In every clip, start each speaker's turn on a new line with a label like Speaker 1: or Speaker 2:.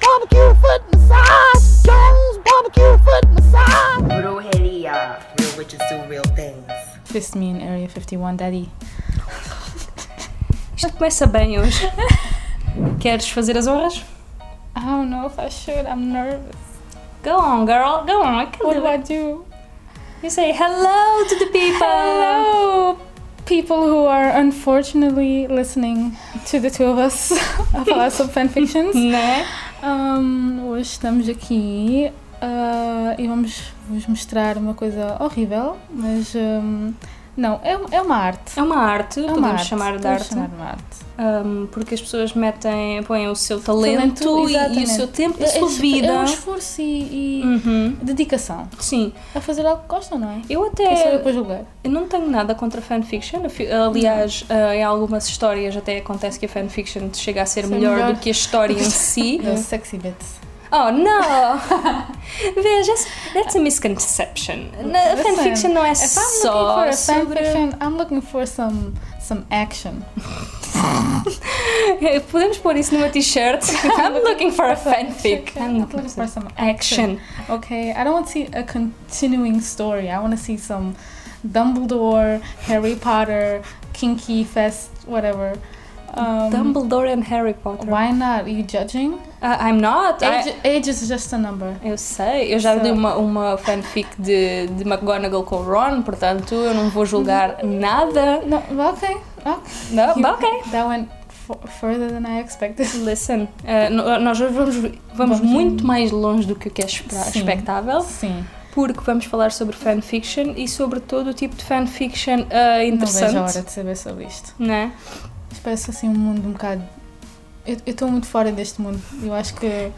Speaker 1: barbecue foot massage. Jones barbecue foot massage.
Speaker 2: Brujeria. Real witches do real things.
Speaker 3: This me in Area 51, Daddy.
Speaker 4: Isto começa bem hoje. Queres fazer as honras?
Speaker 3: I don't know if I should. I'm nervous.
Speaker 4: Go on, girl. Go on. I can
Speaker 3: What
Speaker 4: do
Speaker 3: do I
Speaker 4: it.
Speaker 3: do?
Speaker 4: You say hello to the people.
Speaker 3: Hello, people who are unfortunately listening to the two of us a falar sobre fanfictions.
Speaker 4: Né?
Speaker 3: Um, hoje estamos aqui ah, e vamos vos mostrar uma coisa horrível, mas um, não, é, é uma arte.
Speaker 4: É uma arte,
Speaker 3: É uma
Speaker 4: podemos
Speaker 3: arte,
Speaker 4: chamar de
Speaker 3: podemos
Speaker 4: arte.
Speaker 3: chamar de uma arte.
Speaker 4: Ahm, porque as pessoas metem, põem o seu talento,
Speaker 3: Talento,
Speaker 4: e- e, o
Speaker 3: exatamente.
Speaker 4: seu tempo,
Speaker 3: É,
Speaker 4: a sua
Speaker 3: é-
Speaker 4: vida.
Speaker 3: É um esforço e, e
Speaker 4: Uhum.
Speaker 3: dedicação
Speaker 4: Sim,
Speaker 3: a fazer algo que gostam, não é?
Speaker 4: eu
Speaker 3: É só eu
Speaker 4: até
Speaker 3: para julgar.
Speaker 4: eu não tenho nada contra fanfiction. Afi- Aliás, ah, em algumas histórias até acontece que a fanfiction chega a ser
Speaker 3: Ser
Speaker 4: melhor,
Speaker 3: é melhor.
Speaker 4: do que a história em si.
Speaker 3: É o sexy bit.
Speaker 4: Oh, não! Veja, that's a misconception. Na, a
Speaker 3: Listen,
Speaker 4: fanfiction não é
Speaker 3: If I'm
Speaker 4: só
Speaker 3: looking for a
Speaker 4: sobre...
Speaker 3: fanfiction, I'm looking for some, some action.
Speaker 4: Podemos pôr isso numa t-shirt. I'm looking for a fanfic.
Speaker 3: I'm looking for some
Speaker 4: action.
Speaker 3: Okay, I don't want to see a continuing story. I want to see some Dumbledore, Harry Potter, Kinky Fest, whatever. Um,
Speaker 4: Dumbledore and Harry Potter.
Speaker 3: Why not? Are you judging?
Speaker 4: Ah, I'm not. I-
Speaker 3: Age, age is just a number.
Speaker 4: eu sei, eu já
Speaker 3: So-
Speaker 4: li uma, uma fanfic de, de McGonagall com o Ron, portanto eu não vou julgar nada.
Speaker 3: No, well, okay. okay.
Speaker 4: Não,
Speaker 3: You-
Speaker 4: bah, ok.
Speaker 3: That went f- further than I expected.
Speaker 4: Listen, ah, no- nós hoje vamos, vamos,
Speaker 3: Vamos-
Speaker 4: muito mais longe do que o que é espera-
Speaker 3: Sim.
Speaker 4: expectável.
Speaker 3: Sim.
Speaker 4: porque vamos falar sobre fanfiction e sobre todo o tipo de fanfiction ah,
Speaker 3: Não vejo a hora
Speaker 4: interessante.
Speaker 3: de saber sobre isto.
Speaker 4: Né?
Speaker 3: Isto parece assim um mundo um bocado. Eu eu estou muito fora deste mundo. Eu acho que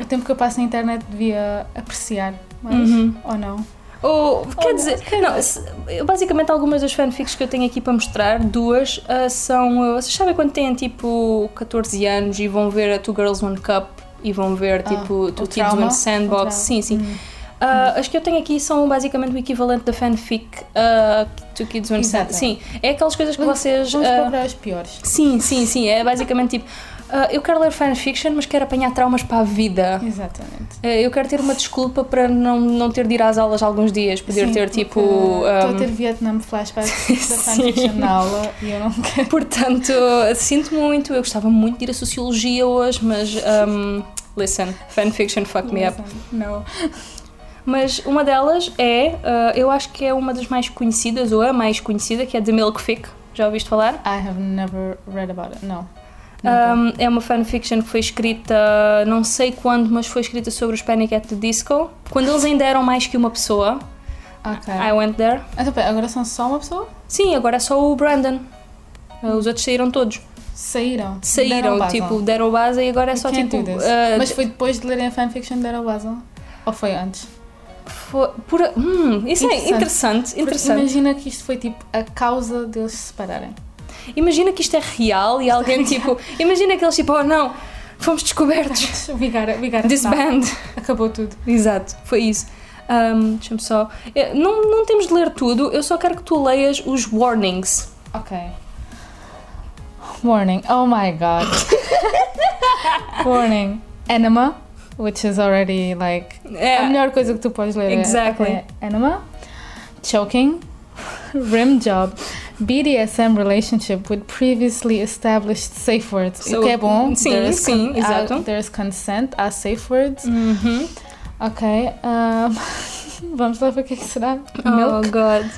Speaker 3: o tempo que eu passo na internet devia apreciar mais.
Speaker 4: Uhum.
Speaker 3: Ou não?
Speaker 4: Ou, quer
Speaker 3: Ou-
Speaker 4: dizer, não, se- basicamente algumas das fanfics que eu tenho aqui para mostrar, duas, ah, são. ah, vocês sabem quando têm tipo 14 anos e vão ver a Two Girls One Cup e vão ver
Speaker 3: Ah,
Speaker 4: tipo
Speaker 3: o
Speaker 4: Two Kids
Speaker 3: trauma,
Speaker 4: One
Speaker 3: o trauma.
Speaker 4: Sandbox? Sim, sim.
Speaker 3: Hum.
Speaker 4: Ah, As que eu tenho aqui são basicamente o equivalente da fanfic ah, Two Kids One Sandbox.
Speaker 3: Exato.
Speaker 4: Sim, é aquelas coisas que
Speaker 3: Vamos-
Speaker 4: vocês.
Speaker 3: Vamos
Speaker 4: ah,
Speaker 3: procurar os piores.
Speaker 4: Sim, sim, sim. É basicamente tipo. ah, eu quero ler fanfiction, mas quero apanhar traumas para a vida.
Speaker 3: Exatamente.
Speaker 4: Ah, eu quero ter uma desculpa para não, não ter de ir às aulas alguns dias. Poder
Speaker 3: Sim,
Speaker 4: ter
Speaker 3: porque
Speaker 4: tipo.
Speaker 3: Estou a
Speaker 4: ah,
Speaker 3: ter Vietnam flashbacks da
Speaker 4: Sim.
Speaker 3: fanfiction na aula e eu não quero.
Speaker 4: Portanto, sinto muito. Eu gostava muito de ir à sociologia hoje, mas. ah, listen, fanfiction fuck me up.
Speaker 3: é- Não.
Speaker 4: Mas uma delas é. ah, eu acho que é uma das mais conhecidas, ou a mais conhecida, que é The Milkfic. Já ouviste falar?
Speaker 3: I have never read about it. Não. Nunca.
Speaker 4: Um, é uma fanfiction que foi escrita, não sei quando, mas foi escrita sobre os Panic at the Disco. Quando eles ainda eram mais que uma pessoa.
Speaker 3: ok.
Speaker 4: I went there.
Speaker 3: Então, pera, agora são só uma pessoa?
Speaker 4: Sim, agora é só o Brandon. Eh, Os outros saíram todos.
Speaker 3: Saíram.
Speaker 4: Saíram,
Speaker 3: Deram base.
Speaker 4: tipo, deram base e agora é
Speaker 3: We
Speaker 4: só
Speaker 3: can't
Speaker 4: tipo.
Speaker 3: do this.
Speaker 4: ah,
Speaker 3: Mas foi depois de lerem a fanfiction da Basel? Ou foi antes?
Speaker 4: foi- por- hum, isso é
Speaker 3: Interessante.
Speaker 4: interessante.
Speaker 3: Porque
Speaker 4: interessante.
Speaker 3: Imagina que isto foi tipo a causa deles se separarem.
Speaker 4: Imagina que isto é real e alguém tipo. Imagina que eles tipo, oh não, fomos descobertos.
Speaker 3: We gotta, we gotta stop.
Speaker 4: Disband.
Speaker 3: tá. Acabou tudo.
Speaker 4: Exato, foi isso. Ahm, Deixa-me só. Eh, Não, não temos de ler tudo, eu só quero que tu leias os warnings.
Speaker 3: Ok. Warning. Oh my god. Warning. Enema, which is already like
Speaker 4: É,
Speaker 3: a melhor coisa que tu podes ler. é-
Speaker 4: Exactly.
Speaker 3: é enema, choking, rim job, BDSM relationship with previously established safe words.
Speaker 4: So, mm,
Speaker 3: o que é bom.
Speaker 4: sim,
Speaker 3: there is
Speaker 4: sim,
Speaker 3: con-
Speaker 4: exato.
Speaker 3: há- There's consent, há safe words.
Speaker 4: Uhum.
Speaker 3: Ok. um, vamos lá ver o que é que será.
Speaker 4: Oh,
Speaker 3: Milk.
Speaker 4: God.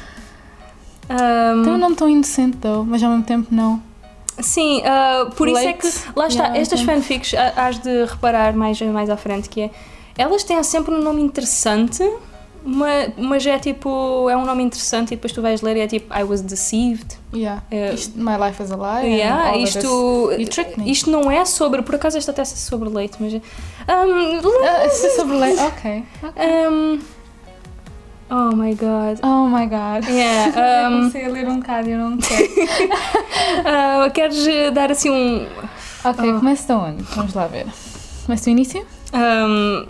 Speaker 4: Ahm,
Speaker 3: Tem um nome tão inocente, though, mas ao mesmo tempo não.
Speaker 4: sim, ah, por
Speaker 3: Leite.
Speaker 4: isso é que. Lá está,
Speaker 3: Yeah,
Speaker 4: estas
Speaker 3: sim.
Speaker 4: fanfics, ah, hás de reparar mais, mais à frente, que é. Elas têm sempre um nome interessante, ma- mas é tipo. É um nome interessante e depois tu vais ler e é tipo I was deceived.
Speaker 3: Yeah.
Speaker 4: Eh,
Speaker 3: Isto, é my life is a lie. and
Speaker 4: Yeah,
Speaker 3: all of this.
Speaker 4: isto,
Speaker 3: You tricked me.
Speaker 4: isto não é sobre. Por acaso, esta até é sobre leite, mas. Um,
Speaker 3: Ah, isto é sobre lei. Ok.
Speaker 4: Um, oh my god.
Speaker 3: Oh my god.
Speaker 4: Yeah, um,
Speaker 3: Comecei a ler um bocado e eu não quero.
Speaker 4: ah, queres eh, dar assim um.
Speaker 3: Ok,
Speaker 4: Ah.
Speaker 3: começa de onde? Vamos lá ver. Começa do início?
Speaker 4: um,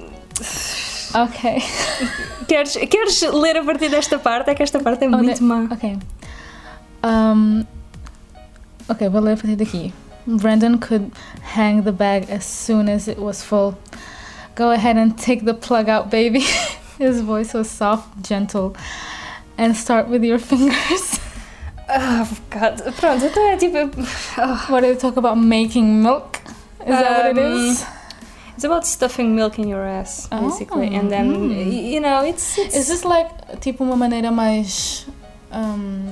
Speaker 3: Ok.
Speaker 4: queres, queres ler a partir desta parte? É que esta parte é
Speaker 3: Onde-
Speaker 4: muito má.
Speaker 3: Ok. Um, ok, vou ler a partir daqui. Brandon could hang the bag as soon as it was full. Go ahead and take the plug out, baby. His voice was soft, gentle, and start with your fingers.
Speaker 4: Oh, God. Pronto, então é tipo. oh.
Speaker 3: what do they talk about? Making milk? Is that what it
Speaker 4: Um,
Speaker 3: is?
Speaker 4: It's about stuffing milk in your ass, basically.
Speaker 3: Ah,
Speaker 4: and then,
Speaker 3: hum.
Speaker 4: y- you know, it's. it's
Speaker 3: Is this like tipo uma maneira mais um,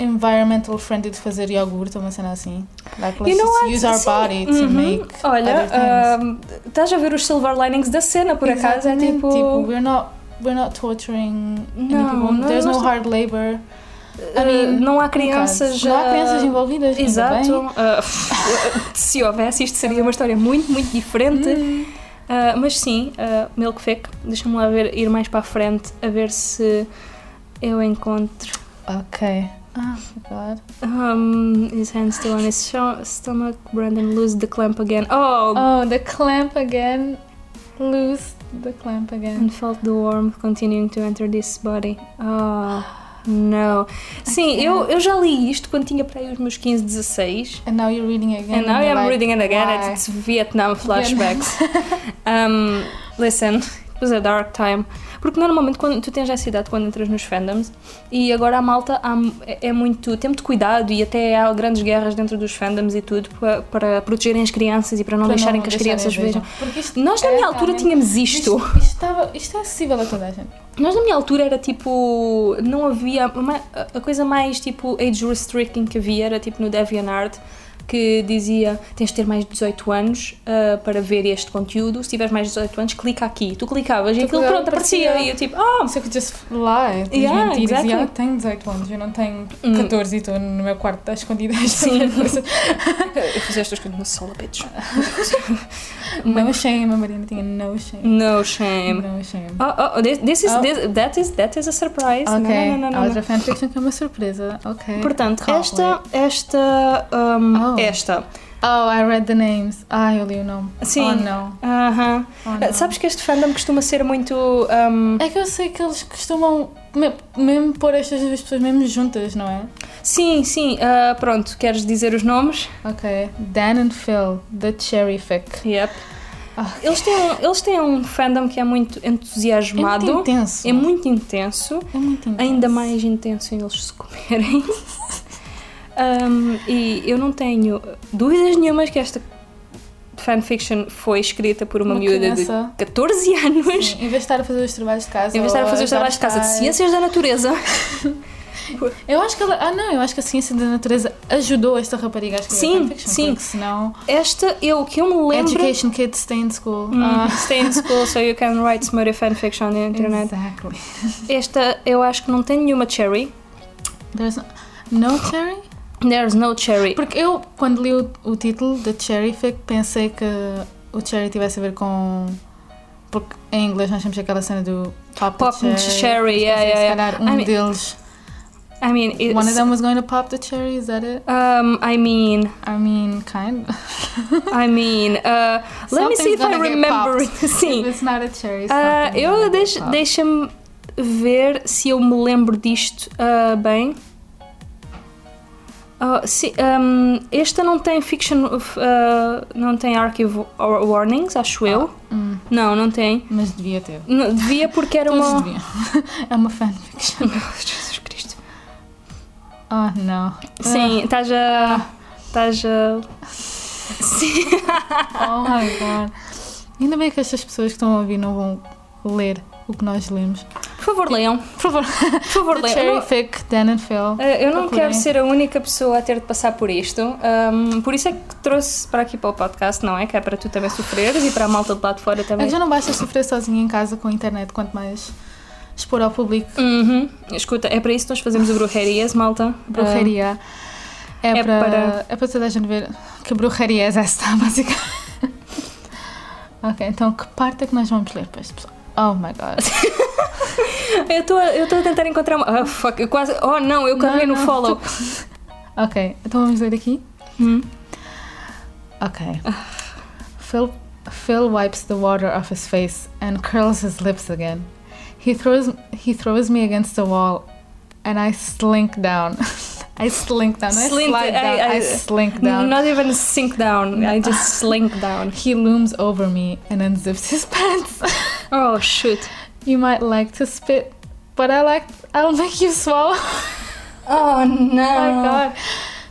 Speaker 3: environmental friendly de fazer iogurte ou uma cena assim? Like, let's
Speaker 4: You know
Speaker 3: just
Speaker 4: what?
Speaker 3: use our
Speaker 4: Sim.
Speaker 3: body to
Speaker 4: Uhum.
Speaker 3: make
Speaker 4: Olha,
Speaker 3: other things.
Speaker 4: ahm, estás a ver os silver linings da cena, por acaso? É
Speaker 3: Exatamente,
Speaker 4: tipo.
Speaker 3: we're not we're not torturing any
Speaker 4: Não,
Speaker 3: people.
Speaker 4: não,
Speaker 3: There's
Speaker 4: nós
Speaker 3: no
Speaker 4: não-
Speaker 3: hard labor.
Speaker 4: ah,
Speaker 3: tipo, I mean, um
Speaker 4: não há crianças.
Speaker 3: Não há
Speaker 4: ah,
Speaker 3: crianças envolvidas. ainda
Speaker 4: Exato.
Speaker 3: bem.
Speaker 4: Ah, se houvesse, isto seria uma história muito, muito diferente. Ah, mas sim, ah, Milk Fake, deixa-me lá ver, ir mais para a frente, a ver se eu encontro.
Speaker 3: Ok. Ah, oh God.
Speaker 4: Um, his hand still on his sho- stomach. Brandon lose the clamp again. Oh,
Speaker 3: Oh, the clamp again. Loose the clamp again.
Speaker 4: and felt the warmth continuing to enter this body. Oh, no. Sim, eu, eu já li isto quando tinha para aí os meus 15, 16.
Speaker 3: And now you're reading it again.
Speaker 4: And now
Speaker 3: you're
Speaker 4: I'm
Speaker 3: like,
Speaker 4: reading it again
Speaker 3: why?
Speaker 4: and it's Vietnam flashbacks. um, listen, it was a dark time. Porque normalmente quando tu tens essa idade quando entras nos fandoms e agora a malta há mu- é- é muito tem muito cuidado e até há grandes guerras dentro dos fandoms e tudo para, para protegerem as crianças e para não
Speaker 3: Para
Speaker 4: deixarem
Speaker 3: não
Speaker 4: que as
Speaker 3: deixarem
Speaker 4: crianças
Speaker 3: vejam.
Speaker 4: vejam.
Speaker 3: Porque isto
Speaker 4: Nós na
Speaker 3: é
Speaker 4: minha altura
Speaker 3: realmente-
Speaker 4: tínhamos isto.
Speaker 3: Isto, isto, tava- isto é acessível a toda a gente.
Speaker 4: Nós na minha altura era tipo. Não havia. uma- a coisa mais tipo age restricting que havia era tipo no DeviantArt que dizia tens de ter mais de 18 anos ah, para ver este conteúdo. Se tiveres mais de 18 anos, clica aqui. Tu clicavas e aquilo
Speaker 3: clicava,
Speaker 4: pronto aparecia.
Speaker 3: aparecia.
Speaker 4: E eu tipo, ah,
Speaker 3: Isso é que just lie. Diz
Speaker 4: Yeah,
Speaker 3: mentiras.
Speaker 4: exactly. Hum.
Speaker 3: E ah, eu tenho 18 anos, eu não tenho 14 e estou no meu quarto a escondidas.
Speaker 4: Sim.
Speaker 3: Coisa.
Speaker 4: eu fiz estas coisas no solo, bitch.
Speaker 3: No shame, a Marina tinha no shame.
Speaker 4: No shame.
Speaker 3: No shame.
Speaker 4: Oh, oh, oh, this, this is,
Speaker 3: Oh.
Speaker 4: this- that is, that is a surprise. Não,
Speaker 3: ok,
Speaker 4: não, não, não,
Speaker 3: a
Speaker 4: não.
Speaker 3: outra fanfiction que é uma surpresa. Ok.
Speaker 4: Portanto,
Speaker 3: Can't
Speaker 4: esta, esta,
Speaker 3: Oh.
Speaker 4: um, esta.
Speaker 3: Oh, I read the names. Ah, eu li o nome.
Speaker 4: Sim.
Speaker 3: Oh, não.
Speaker 4: Aham. Eh,
Speaker 3: Oh, não.
Speaker 4: Sabes que este fandom costuma ser muito. um,
Speaker 3: É que eu sei que eles costumam me- mesmo pôr estas duas pessoas mesmo juntas, não é?
Speaker 4: Sim, sim, ah, pronto, queres dizer os nomes?
Speaker 3: Ok. Dan and Phil, The Cherry Fic. É
Speaker 4: Yep.
Speaker 3: Ah.
Speaker 4: Eles, têm um, eles têm um fandom que é muito entusiasmado,
Speaker 3: É muito intenso.
Speaker 4: é muito intenso,
Speaker 3: É muito intenso.
Speaker 4: ainda mais intenso em eles se comerem. Um, e eu não tenho dúvidas nenhumas que esta fanfiction foi escrita por uma,
Speaker 3: Uma
Speaker 4: miúda
Speaker 3: criança.
Speaker 4: de 14 anos.
Speaker 3: Sim, Em vez de estar a fazer os trabalhos de casa.
Speaker 4: Em vez de estar a
Speaker 3: ou
Speaker 4: fazer os trabalhos de casa de
Speaker 3: estar-
Speaker 4: ciências da natureza.
Speaker 3: Eu acho que ela. Ah, não, eu acho que a ciência da natureza ajudou esta rapariga a escrever
Speaker 4: Sim,
Speaker 3: fanfiction,
Speaker 4: sim.
Speaker 3: Porque senão.
Speaker 4: Esta, eu que eu me lembro.
Speaker 3: Education kids stay in school.
Speaker 4: Hum,
Speaker 3: Ah,
Speaker 4: Stay in school so you can write smutty fanfiction on the internet.
Speaker 3: Exactly.
Speaker 4: Esta eu acho que não tem nenhuma cherry.
Speaker 3: There's no, no cherry?
Speaker 4: There's no cherry.
Speaker 3: Porque eu, quando li o, o título da Cherry Fic, pensei que o Cherry tivesse a ver com. Porque em inglês nós temos aquela cena do Pop,
Speaker 4: Pop
Speaker 3: the
Speaker 4: the
Speaker 3: Cherry.
Speaker 4: cherry, yeah,
Speaker 3: Pensei,
Speaker 4: yeah,
Speaker 3: se
Speaker 4: yeah.
Speaker 3: calhar um
Speaker 4: I mean-
Speaker 3: deles.
Speaker 4: I mean, it's,
Speaker 3: One of them was going to pop the cherry, is that it?
Speaker 4: Um, I mean,
Speaker 3: I mean, kind.
Speaker 4: I mean. uh, let me
Speaker 3: Something's
Speaker 4: see if I
Speaker 3: gonna get
Speaker 4: remember it.
Speaker 3: popped.
Speaker 4: Sim.
Speaker 3: It's not a cherry.
Speaker 4: Ah,
Speaker 3: something's gonna
Speaker 4: eu
Speaker 3: get
Speaker 4: deixo-
Speaker 3: popped.
Speaker 4: deixa-me ver se eu me lembro disto ah, bem. Oh, sim, um, esta não tem fiction, of, ah, não tem archive wa- warnings, acho eu.
Speaker 3: hum.
Speaker 4: Não, não tem.
Speaker 3: Mas devia ter.
Speaker 4: Não, devia porque era
Speaker 3: Todos
Speaker 4: uma.
Speaker 3: deviam. é uma fanfiction.
Speaker 4: Jesus Cristo.
Speaker 3: Oh, não.
Speaker 4: Sim, estás a. Estás a. Sim.
Speaker 3: Oh my god. Ainda bem que estas pessoas que estão a ouvir não vão ler o que nós lemos.
Speaker 4: Por favor, leiam.
Speaker 3: Por favor.
Speaker 4: Por favor,
Speaker 3: The
Speaker 4: leiam. Eu
Speaker 3: Cherry
Speaker 4: não-
Speaker 3: Fic, Dan and Phil.
Speaker 4: eh, Eu não
Speaker 3: Procurem.
Speaker 4: quero ser a única pessoa a ter de passar por isto. Ahm, por isso é que trouxe para aqui para o podcast, não é? Que é para tu também sofreres e para a malta de lá de fora
Speaker 3: É
Speaker 4: também.
Speaker 3: que já não basta sofrer sozinha em casa com a internet, quanto mais expor ao público.
Speaker 4: Uhum. Escuta, é para isso que nós fazemos o Bruxerias, malta.
Speaker 3: Bruxaria. É,
Speaker 4: Ah. é
Speaker 3: para,
Speaker 4: para-
Speaker 3: É para toda a gente ver que bruxaria é esta, basicamente. ok, então que parte é que nós vamos ler para este pessoal? Oh my god.
Speaker 4: Ah, eu estou a, eu estou a tentar encontrar uma. Ah, fuck, eu quase. Oh não, eu carreguei
Speaker 3: Não,
Speaker 4: no
Speaker 3: não,
Speaker 4: follow.
Speaker 3: Ok, então vamos ler aqui.
Speaker 4: Hum.
Speaker 3: Ok. Phil, Phil wipes the water off his face and curls his lips again. He throws he throws me against the wall and I slink down. I slink down. I
Speaker 4: Slink-
Speaker 3: slide down.
Speaker 4: I-
Speaker 3: I,
Speaker 4: I-
Speaker 3: slink down.
Speaker 4: Not even sink down. I just slink down.
Speaker 3: He looms over me and unzips his pants.
Speaker 4: Oh shoot.
Speaker 3: you might like to spit, but I like. I'll make you swallow.
Speaker 4: Oh no.
Speaker 3: Oh my god.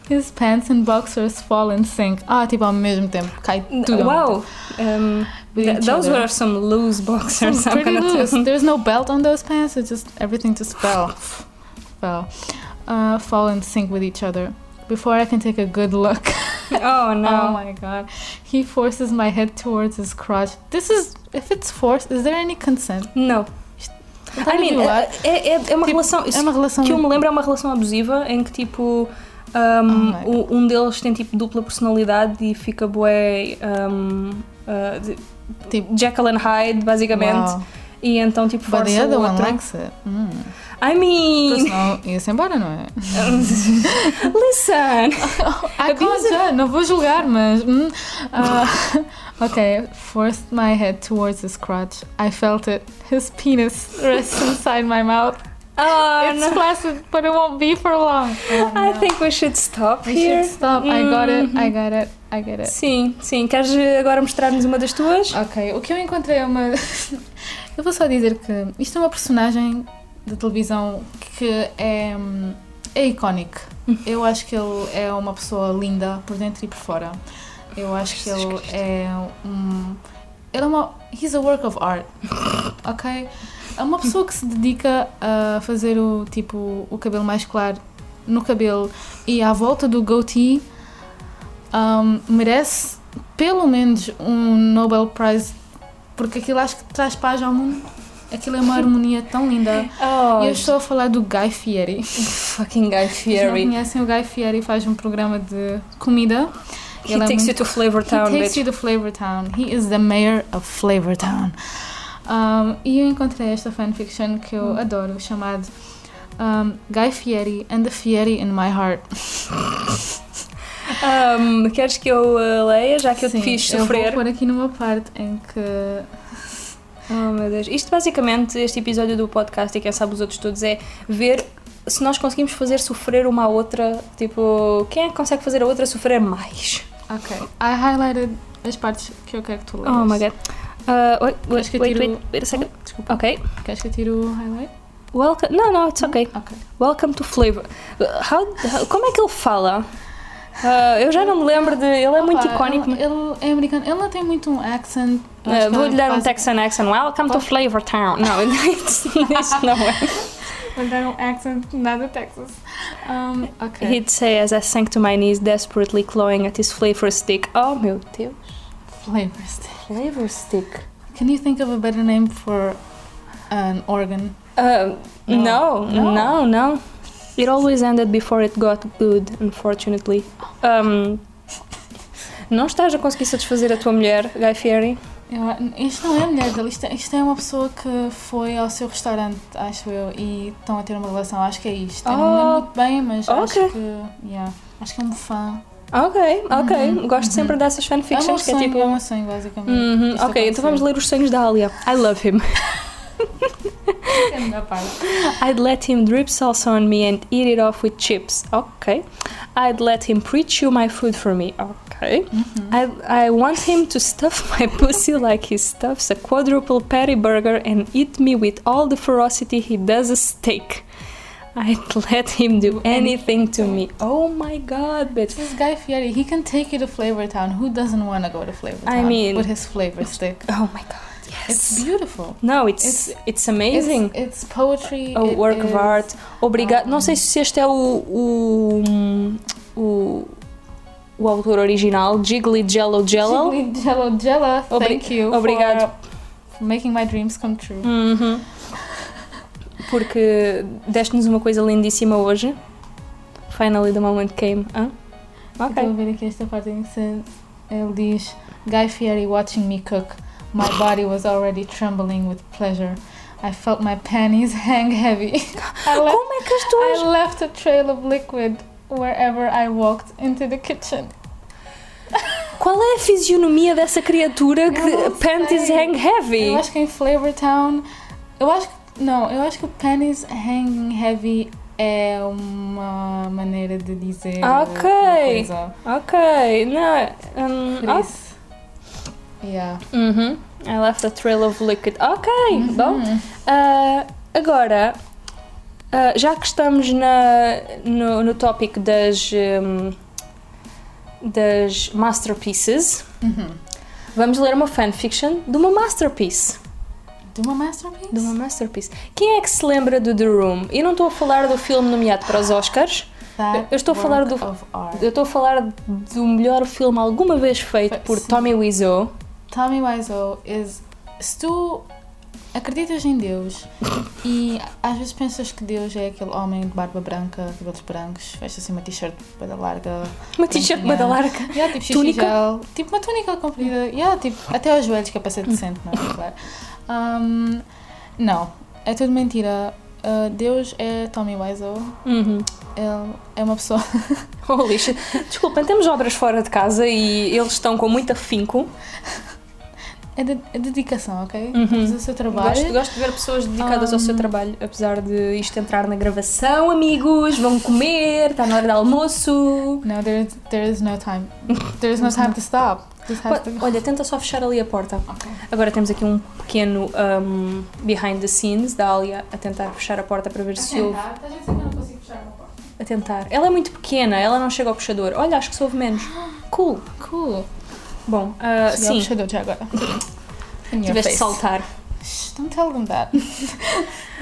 Speaker 3: His pants and boxers fall in sync. Ah, tipo, ao mesmo tempo. Cai tudo. ao mesmo
Speaker 4: Wow. Um,
Speaker 3: With
Speaker 4: th-
Speaker 3: each
Speaker 4: those
Speaker 3: other.
Speaker 4: were some loose boxers.
Speaker 3: It's pretty
Speaker 4: I'm gonna
Speaker 3: loose.
Speaker 4: tell you.
Speaker 3: There's no belt on those pants. It's just everything just fell, fell, uh, fall in sync with each other. Before I can take a good look.
Speaker 4: Oh
Speaker 3: Oh
Speaker 4: no.
Speaker 3: my god. He forces my head towards his crotch. This is if it's forced. Is there any consent?
Speaker 4: no. I mean, é, é, é- é
Speaker 3: Tipo,
Speaker 4: uma relação.
Speaker 3: é uma relação- Oh
Speaker 4: Que eu me lembro é uma relação abusiva em que tipo.
Speaker 3: my
Speaker 4: Um,
Speaker 3: God.
Speaker 4: o- um deles tem tipo dupla personalidade e fica bué. Um, uh, de-
Speaker 3: Tipo-
Speaker 4: Jekyll and Hyde, basicamente.
Speaker 3: Wow.
Speaker 4: E então tipo
Speaker 3: But
Speaker 4: força
Speaker 3: the other
Speaker 4: o
Speaker 3: one
Speaker 4: outro.
Speaker 3: likes it. Hum.
Speaker 4: I mean,
Speaker 3: Senão ia-se embora, não é?
Speaker 4: listen.
Speaker 3: I can't judge, "Ah, não vou julgar, mas. hum, ah, ok, forced my head towards his crotch. I felt it. His penis rests inside my mouth.
Speaker 4: Oh,
Speaker 3: it's
Speaker 4: no.
Speaker 3: placid, but it won't be for long. Oh,
Speaker 4: I
Speaker 3: no.
Speaker 4: think we should stop
Speaker 3: We
Speaker 4: here.
Speaker 3: should stop. I got it, I
Speaker 4: Mhm.
Speaker 3: got it, I get it.
Speaker 4: Sim, sim. Queres eh, agora mostrar-nos uma das tuas?
Speaker 3: Ok, o que eu encontrei é uma. eu vou só dizer que isto é uma personagem de televisão que é. hum, é icónico. Eu acho que ele é uma pessoa linda por dentro e por fora. Eu acho que ele é um. Ele é uma. He's a work of art. Ok? É uma pessoa que se dedica a fazer o tipo o cabelo mais claro no cabelo e à volta do goatee um, merece pelo menos um Nobel Prize porque aquilo acho que traz paz ao mundo. Aquilo é uma harmonia tão linda.
Speaker 4: Oh,
Speaker 3: E eu estou a falar do Guy Fieri.
Speaker 4: fucking Guy
Speaker 3: Vocês não
Speaker 4: Fieri.
Speaker 3: conhecem o Guy Fieri faz um programa de comida.
Speaker 4: He
Speaker 3: Ele é
Speaker 4: takes
Speaker 3: muito-
Speaker 4: you to Flavor Town,
Speaker 3: He takes
Speaker 4: bitch.
Speaker 3: you to Flavor Town. He is the mayor of Flavor Town. Um, e eu encontrei esta fanfiction que
Speaker 4: Hum.
Speaker 3: eu adoro, chamado um, Guy Fieri and the Fieri in My Heart.
Speaker 4: Um, queres que eu eh, leia, já que eu
Speaker 3: Sim,
Speaker 4: te fiz
Speaker 3: Eu
Speaker 4: sofrer?
Speaker 3: vou pôr aqui numa parte em que.
Speaker 4: Oh, meu Deus. Isto, basicamente, este episódio do podcast e quem sabe os outros todos, é ver se nós conseguimos fazer sofrer uma à outra. Tipo, quem é que consegue fazer a outra sofrer mais?
Speaker 3: Ok. I highlighted as partes que eu quero que tu leias.
Speaker 4: Oh my god. Uh, wait,
Speaker 3: Queres
Speaker 4: wait,
Speaker 3: que eu
Speaker 4: wait,
Speaker 3: tire
Speaker 4: wait,
Speaker 3: o-
Speaker 4: wait a second.
Speaker 3: Desculpa.
Speaker 4: Okay.
Speaker 3: Queres que eu tire o highlight?
Speaker 4: Welcome. Não, não, it's okay.
Speaker 3: Ok.
Speaker 4: Welcome to Flavor. Uh, How, how- como é que ele fala? Uh, eu já não me lembro de. Ele é muito
Speaker 3: Opa,
Speaker 4: icónico.
Speaker 3: Ele, ele é americano. Ele não tem muito um accent. Eu acho que é
Speaker 4: Uh,
Speaker 3: Oh.
Speaker 4: Vou-lhe
Speaker 3: ele
Speaker 4: dar um
Speaker 3: faz-
Speaker 4: Texan accent. Welcome to Flavor Town. Não, isso isso não é.
Speaker 3: Vou-lhe dar um accent nada Texas. Um, ok.
Speaker 4: He'd say as I sank to my knees, desperately clawing at his flavor stick. Oh meu Deus.
Speaker 3: Flavor stick.
Speaker 4: Flavor stick?
Speaker 3: Can you think of a better name for an organ?
Speaker 4: Uh, no,
Speaker 3: No.
Speaker 4: no, no. It always ended before it got good, unfortunately. Um, não estás a conseguir satisfazer a tua mulher, Guy Fieri?
Speaker 3: Eu, isto não é mulher dele, isto, é- isto é uma pessoa que foi ao seu restaurante, acho eu, e estão a ter uma relação, acho que é isto. Eu não me
Speaker 4: Oh.
Speaker 3: lembro muito bem, mas
Speaker 4: Ok.
Speaker 3: acho que. Yeah, acho que é um fã.
Speaker 4: Ok, ok. Gosto sempre dessas
Speaker 3: Uhum. é um
Speaker 4: fanfictions que é
Speaker 3: sonho,
Speaker 4: tipo.
Speaker 3: é um sonho, basicamente.
Speaker 4: Uhum,
Speaker 3: Isto
Speaker 4: ok, então vamos
Speaker 3: aconteceu.
Speaker 4: ler os sonhos da Alia. I love him.
Speaker 3: É a
Speaker 4: Mm.
Speaker 3: melhor parte.
Speaker 4: I'd let him drip salsa on me and eat it off with chips. Okay. I'd let him pre-chew my food for me. Okay. I, I want him to stuff my pussy like he stuffs a quadruple patty burger and eat me with all the ferocity he does a steak. I'd let him do anything to me. Oh my god, bitch.
Speaker 3: This guy Fieri, he can take you to Flavor Town. Who doesn't want to go to Flavor Town?
Speaker 4: I mean-
Speaker 3: with his flavor stick.
Speaker 4: Oh my god, yes.
Speaker 3: It's beautiful.
Speaker 4: no, it's it's,
Speaker 3: It's,
Speaker 4: amazing.
Speaker 3: it's poetry.
Speaker 4: a
Speaker 3: it
Speaker 4: work of
Speaker 3: is-
Speaker 4: art. Obrigado. Não sei se este é o, o, o, o autor original, Jiggly Jello Jello.
Speaker 3: Jiggly Jello Jella,
Speaker 4: Obri-
Speaker 3: thank you
Speaker 4: obrigado. Mm,
Speaker 3: for making my dreams come true.
Speaker 4: Uhum. Porque deste-nos uma coisa lindíssima hoje. Finally, the moment came. Hã? Então,
Speaker 3: Estou a
Speaker 4: Ok.
Speaker 3: ver aqui esta parte em que se- ele diz Guy Fieri watching me cook. My body was already trembling with pleasure. I felt my panties hang heavy. I left,
Speaker 4: Como é que as
Speaker 3: I
Speaker 4: tuas.
Speaker 3: left a trail of liquid wherever I walked into the kitchen.
Speaker 4: Qual é a fisionomia dessa criatura que
Speaker 3: não
Speaker 4: panties
Speaker 3: sei.
Speaker 4: hang heavy?
Speaker 3: Eu acho que em Flavor Town. Eu acho que. Não, eu acho que o Pennies Hanging Heavy é uma maneira de dizer.
Speaker 4: Ah, Ok.
Speaker 3: uma coisa.
Speaker 4: Ok, não. Um,
Speaker 3: Por
Speaker 4: ok.
Speaker 3: isso. Yeah.
Speaker 4: Uhum. I left a trail of liquid. Ok, bom. Ah, agora, ah, já que estamos na, no, no tópico das, hum, das masterpieces,
Speaker 3: Mm-hmm.
Speaker 4: vamos ler uma fanfiction de uma masterpiece.
Speaker 3: De uma masterpiece?
Speaker 4: De uma masterpiece. Quem é que se lembra do The Room? Eu não estou a falar do filme nomeado para os Oscars.
Speaker 3: That
Speaker 4: Eu estou a falar
Speaker 3: work
Speaker 4: do-
Speaker 3: of art.
Speaker 4: Eu estou a falar do melhor filme alguma vez feito por
Speaker 3: Sim.
Speaker 4: Tommy Wiseau.
Speaker 3: Tommy Wiseau is. Se tu acreditas em Deus e às vezes pensas que Deus é aquele homem de barba branca, cabelos brancos, veste assim uma t-shirt bada larga.
Speaker 4: Uma t-shirt
Speaker 3: compridinha.
Speaker 4: bada larga.
Speaker 3: Yeah, tipo xixi
Speaker 4: Túnica?
Speaker 3: gel. Tipo uma túnica comprida. Yeah, tipo, até aos joelhos, capacete decente, não é? Claro. Um, não, é tudo mentira. Uh, Deus é Tommy Wiseau.
Speaker 4: Uhum.
Speaker 3: Ele é uma pessoa.
Speaker 4: Holy shit. Oh, Desculpem, temos obras fora de casa e eles estão com muito afinco.
Speaker 3: É, de- é dedicação, ok?
Speaker 4: Uhum.
Speaker 3: Faz o seu trabalho.
Speaker 4: Gosto, gosto de ver pessoas dedicadas ao seu trabalho, apesar de isto entrar na gravação, amigos, vão comer, está na hora de almoço.
Speaker 3: No, there is, there is no time. There is no time to stop. This has to
Speaker 4: Pô, Olha, tenta só fechar ali a porta. Agora temos aqui um pequeno um, behind the scenes da Alia a tentar fechar a porta para ver se ouve. A tentar. Ela é muito pequena, ela não chega ao puxador. Olha, acho que se ouve menos. Cool.
Speaker 3: Cool.
Speaker 4: Bom, ah,
Speaker 3: Cheguei ao
Speaker 4: sim,
Speaker 3: puxador já agora. In your
Speaker 4: tiveste
Speaker 3: face.
Speaker 4: de saltar.
Speaker 3: Shh, Don't tell them that.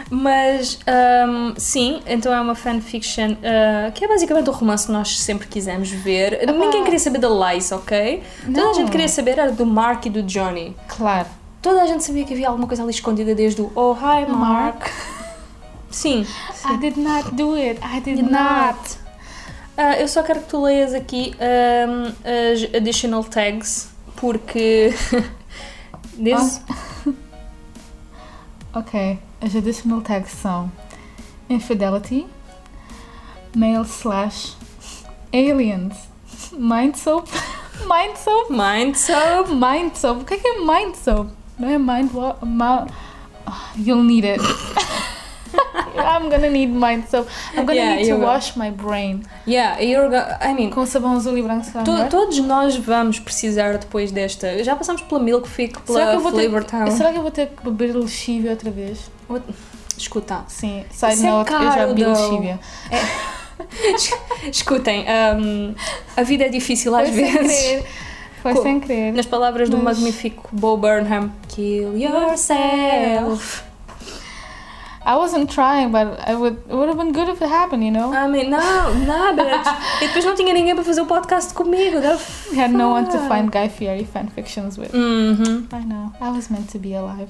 Speaker 4: Mas hum, sim, então é uma fanfiction uh, que é basicamente o romance que nós sempre quisemos ver. Ninguém queria saber da Lies, ok? Toda a
Speaker 3: Não.
Speaker 4: gente queria saber era do Mark e do Johnny.
Speaker 3: Claro.
Speaker 4: Toda a gente sabia que havia alguma coisa ali escondida desde o Oh hi Mark.
Speaker 3: Mark.
Speaker 4: Sim.
Speaker 3: I did not do it. I did, not.
Speaker 4: Ah, eu só quero que tu leias aqui hum, as additional tags porque. This.
Speaker 3: Ok. As additional tags são infidelity, male slash, aliens, mind soap, mind soap,
Speaker 4: Mind soap.
Speaker 3: mind soap. O que é que é mind soap? Não é mind wa- ma- Ah, You'll need it. I'm gonna need mind soap. I'm gonna
Speaker 4: Yeah,
Speaker 3: need to
Speaker 4: you will.
Speaker 3: wash my brain.
Speaker 4: Yeah, you're go- I mean,
Speaker 3: Com sabão azul e branco, será
Speaker 4: To-
Speaker 3: melhor?
Speaker 4: todos nós vamos precisar depois desta. Já passamos pela Milkfic,
Speaker 3: Será que,
Speaker 4: pela
Speaker 3: eu vou ter,
Speaker 4: Flavor Town.
Speaker 3: será que eu vou ter que beber lexívia outra vez?
Speaker 4: Escuta.
Speaker 3: Sim, side
Speaker 4: Isso é
Speaker 3: note, eu já
Speaker 4: caro,
Speaker 3: bebi
Speaker 4: though.
Speaker 3: lexívia.
Speaker 4: é, Escutem, hum, a vida é difícil às
Speaker 3: Foi sem
Speaker 4: vezes.
Speaker 3: querer. Foi
Speaker 4: Co-
Speaker 3: sem querer.
Speaker 4: Nas palavras do
Speaker 3: Mas-
Speaker 4: magnífico Bo Burnham, kill yourself.
Speaker 3: I wasn't trying, but I would, it would have been good if it happened, you know?
Speaker 4: I mean, não, nada. e depois não tinha ninguém para fazer o podcast comigo. da f-
Speaker 3: We had no one
Speaker 4: Ah.
Speaker 3: to find Guy Fieri fanfictions with.
Speaker 4: Uhum.
Speaker 3: I know. I was meant to be alive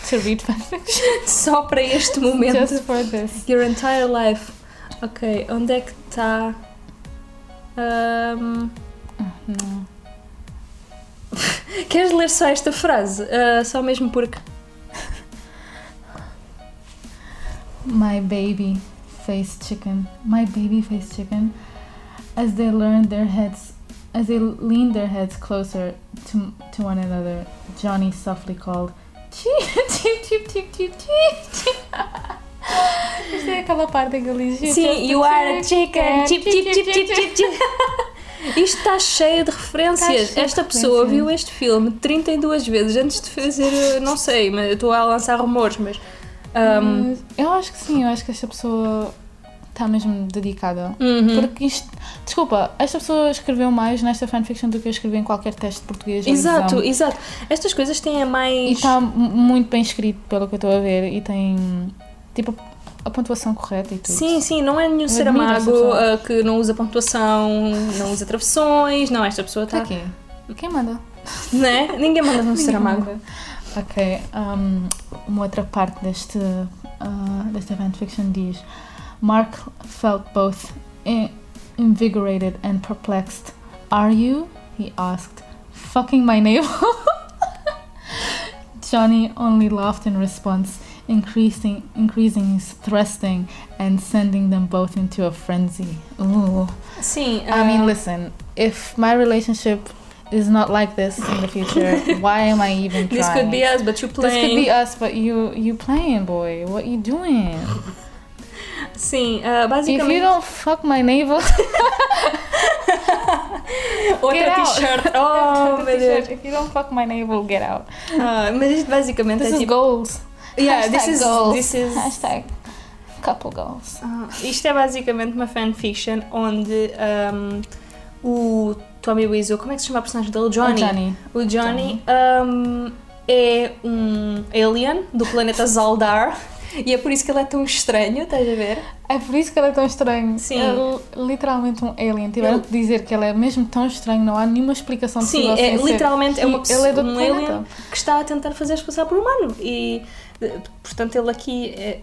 Speaker 3: to read fanfiction
Speaker 4: Só para este momento.
Speaker 3: just for this.
Speaker 4: Your entire life. Ok, onde é que está? Hum,
Speaker 3: Não.
Speaker 4: Queres ler só esta frase? Ah, só mesmo porque.
Speaker 3: My baby face chicken. My baby face chicken. As they learned their heads, as they leaned their heads closer to, to one another, Johnny softly called, Cheep, cheep, cheep, cheep, cheep, cheep. Isto é aquela parte em que ele diz, "You're
Speaker 4: Sim,
Speaker 3: just
Speaker 4: you are a chicken. Chip,
Speaker 3: Chip,
Speaker 4: chip, chip, chip,
Speaker 3: chip.
Speaker 4: chip, chip. Isto está cheio de referências.
Speaker 3: Está cheio de
Speaker 4: Esta pessoa
Speaker 3: referências.
Speaker 4: viu este filme 32 vezes antes de fazer. eh, Não sei, mas eu estou a lançar rumores, mas. ah, ahm,
Speaker 3: Mas Eu acho que sim, eu acho que esta pessoa está mesmo dedicada.
Speaker 4: uhum.
Speaker 3: Porque isto. Desculpa, esta pessoa escreveu mais nesta fanfiction do que eu escrevi em qualquer teste de português. ou
Speaker 4: Exato,
Speaker 3: exame.
Speaker 4: exato. Estas coisas têm a
Speaker 3: E
Speaker 4: mais.
Speaker 3: está mu- muito bem escrito, pelo que eu estou a ver, e tem. Tipo, a pontuação correta e tudo.
Speaker 4: Sim, sim, não é nenhum
Speaker 3: Eu admiro esta
Speaker 4: Saramago
Speaker 3: pessoa.
Speaker 4: ah, que não usa pontuação, não usa travessões. Não, esta pessoa
Speaker 3: Está
Speaker 4: está.
Speaker 3: Tá aqui. Quem manda?
Speaker 4: Né? Ninguém manda no Saramago.
Speaker 3: Ok, um, uma outra parte deste, uh, desta fanfiction diz: Mark felt both in- invigorated and perplexed. Are you? He asked, fucking my navel. Johnny only laughed in response, increasing, increasing his thrusting and sending them both into a frenzy. Ooh.
Speaker 4: Sim,
Speaker 3: I mean,
Speaker 4: ah,
Speaker 3: listen, if my relationship is not like this in the future, why am I even trying?
Speaker 4: This could be us, but you
Speaker 3: This could
Speaker 4: playing.
Speaker 3: be us, but you you playing, boy. What you doing?
Speaker 4: Sim,
Speaker 3: If
Speaker 4: ah,
Speaker 3: you
Speaker 4: basicamente.
Speaker 3: don't fuck my navel, Get
Speaker 4: Outra
Speaker 3: out.
Speaker 4: t-shirt. Oh, meu Deus.
Speaker 3: if you don't fuck my navel, get out.
Speaker 4: Ah, mas isto basicamente
Speaker 3: This
Speaker 4: é
Speaker 3: is
Speaker 4: tipo.
Speaker 3: goals.
Speaker 4: Yeah, this
Speaker 3: Hashtag
Speaker 4: is-
Speaker 3: goals.
Speaker 4: this is-
Speaker 3: Hashtag couple goals.
Speaker 4: Ah, isto é basicamente uma fanfiction onde ahm, o Tommy Wiseau, como é que se chama a personagem dele? Johnny.
Speaker 3: Johnny.
Speaker 4: O Johnny ahm, é um alien do planeta Zaldar e é por isso que ele é tão estranho, estás a ver?
Speaker 3: É por isso que ele é tão estranho.
Speaker 4: Sim.
Speaker 3: É l- literalmente um alien. Tiveram
Speaker 4: Ele-
Speaker 3: que dizer que ele é mesmo tão estranho, não há nenhuma explicação
Speaker 4: Sim,
Speaker 3: possível
Speaker 4: é,
Speaker 3: sem ser.
Speaker 4: literalmente é
Speaker 3: E
Speaker 4: uma
Speaker 3: Ele
Speaker 4: pessoa,
Speaker 3: é do
Speaker 4: um
Speaker 3: planeta.
Speaker 4: alien que está a tentar fazer-se passar por humano e eh, portanto ele aqui é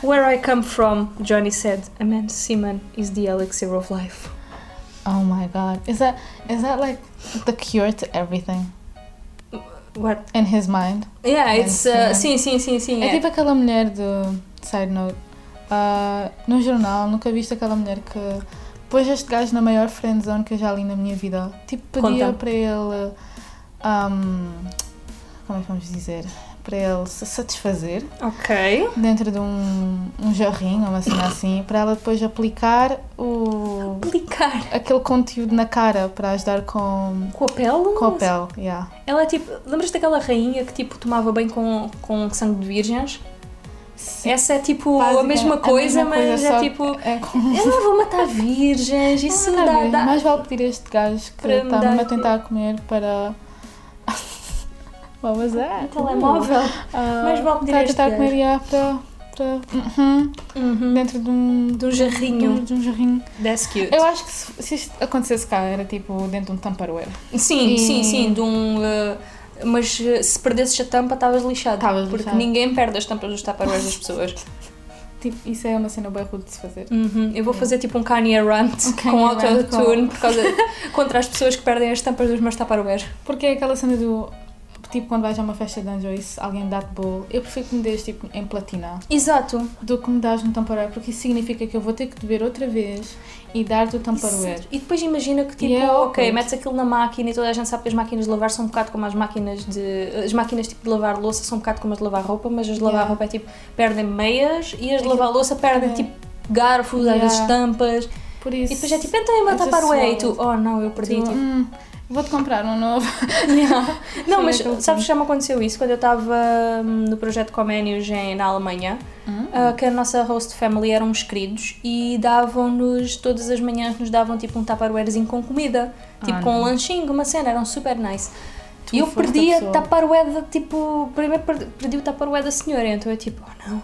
Speaker 4: Where I come from, Johnny said, a man's semen is the elixir of life.
Speaker 3: Oh my god. Is that is that like the cure to everything
Speaker 4: What
Speaker 3: in his mind?
Speaker 4: Yeah, it's, uh,
Speaker 3: Man's
Speaker 4: sim, sim, sim, sim.
Speaker 3: É
Speaker 4: é.
Speaker 3: tipo aquela mulher do side note. ah, no jornal, nunca viste aquela mulher que pôs este gajo na maior friendzone que eu já li na minha vida. Tipo, pedia
Speaker 4: Conta.
Speaker 3: para ele. ahm, como é que vamos dizer? Para ele se satisfazer
Speaker 4: Ok.
Speaker 3: dentro de um, um jarrinho, uma cena assim, para ela depois aplicar o,
Speaker 4: Aplicar
Speaker 3: aquele conteúdo na cara para ajudar com,
Speaker 4: com a pele?
Speaker 3: com a pele. Yeah.
Speaker 4: Ela é tipo. Lembras daquela rainha que tipo tomava bem com, com sangue de virgens? Essa é tipo a
Speaker 3: Basicamente,
Speaker 4: mesma coisa,
Speaker 3: mesma
Speaker 4: mas
Speaker 3: coisa,
Speaker 4: é
Speaker 3: só
Speaker 4: tipo.
Speaker 3: que é com-
Speaker 4: Eu não vou matar virgens, isso
Speaker 3: Não,
Speaker 4: dá.
Speaker 3: nada a ver.
Speaker 4: dá-
Speaker 3: Mais vale pedir a este gajo que
Speaker 4: Para me
Speaker 3: está-me
Speaker 4: dar-
Speaker 3: a tentar comer para. What was that?
Speaker 4: Um Telemóvel.
Speaker 3: Ah,
Speaker 4: Mais vale pedir
Speaker 3: está
Speaker 4: a
Speaker 3: a tentar
Speaker 4: este
Speaker 3: comer já para. para uhum,
Speaker 4: Uhum.
Speaker 3: dentro de um, de um
Speaker 4: jarrinho.
Speaker 3: De um, de um jarrinho.
Speaker 4: That's cute.
Speaker 3: Eu acho que se, se isto acontecesse cá era tipo dentro de um tamparware.
Speaker 4: Sim,
Speaker 3: E-
Speaker 4: sim, sim. De um. eh, mas eh, se perdesses a tampa, estavas lixado.
Speaker 3: Estavas
Speaker 4: porque
Speaker 3: lixado.
Speaker 4: ninguém perde as tampas dos taparueres das pessoas.
Speaker 3: Tipo, isso é uma cena bem rude de se fazer.
Speaker 4: Uhum, Eu vou fazer tipo um Kanye rant
Speaker 3: Um Kanye
Speaker 4: com
Speaker 3: rant
Speaker 4: autotune por causa contra as pessoas que perdem as tampas dos meus taparueres.
Speaker 3: Porque é aquela cena do. Tipo, quando vais a uma festa de anjo e se alguém dá-te bolo, eu prefiro que me dês tipo em platina.
Speaker 4: Exato.
Speaker 3: do que me dás no Tupperware, porque isso significa que eu vou ter que beber outra vez e dar-te o Tupperware.
Speaker 4: E depois imagina que tipo,
Speaker 3: E é
Speaker 4: ok,
Speaker 3: awkward.
Speaker 4: metes aquilo na máquina e toda a gente sabe que as máquinas de lavar são um bocado como as máquinas de. As máquinas tipo de lavar louça são um bocado como as de lavar roupa, mas as de lavar
Speaker 3: Yeah.
Speaker 4: roupa é tipo, perdem meias e as de
Speaker 3: Aquilo-
Speaker 4: lavar louça perdem
Speaker 3: É.
Speaker 4: tipo garfos, às
Speaker 3: Yeah.
Speaker 4: vezes tampas.
Speaker 3: Por isso.
Speaker 4: E depois é tipo, então é uma
Speaker 3: Eu já
Speaker 4: taparué e tu,
Speaker 3: sou-
Speaker 4: oh não, eu perdi.
Speaker 3: tu,
Speaker 4: tipo,
Speaker 3: "Hum, vou-te comprar um novo.
Speaker 4: Não,
Speaker 3: Sim,
Speaker 4: mas
Speaker 3: naquele
Speaker 4: sabes que já me aconteceu isso quando eu estava hum, no projeto Comenius em, na Alemanha,
Speaker 3: Hum?
Speaker 4: ah, que a nossa host family eram uns queridos e davam-nos, todas as manhãs nos davam tipo um taparuerezinho com comida, tipo com um lanchinho, uma cena, eram super nice.
Speaker 3: Ah, Tu
Speaker 4: E eu
Speaker 3: foste a
Speaker 4: perdi a
Speaker 3: pessoa.
Speaker 4: taparué da tipo, primeiro perdi, perdi o taparué da senhora, então eu tipo, oh não,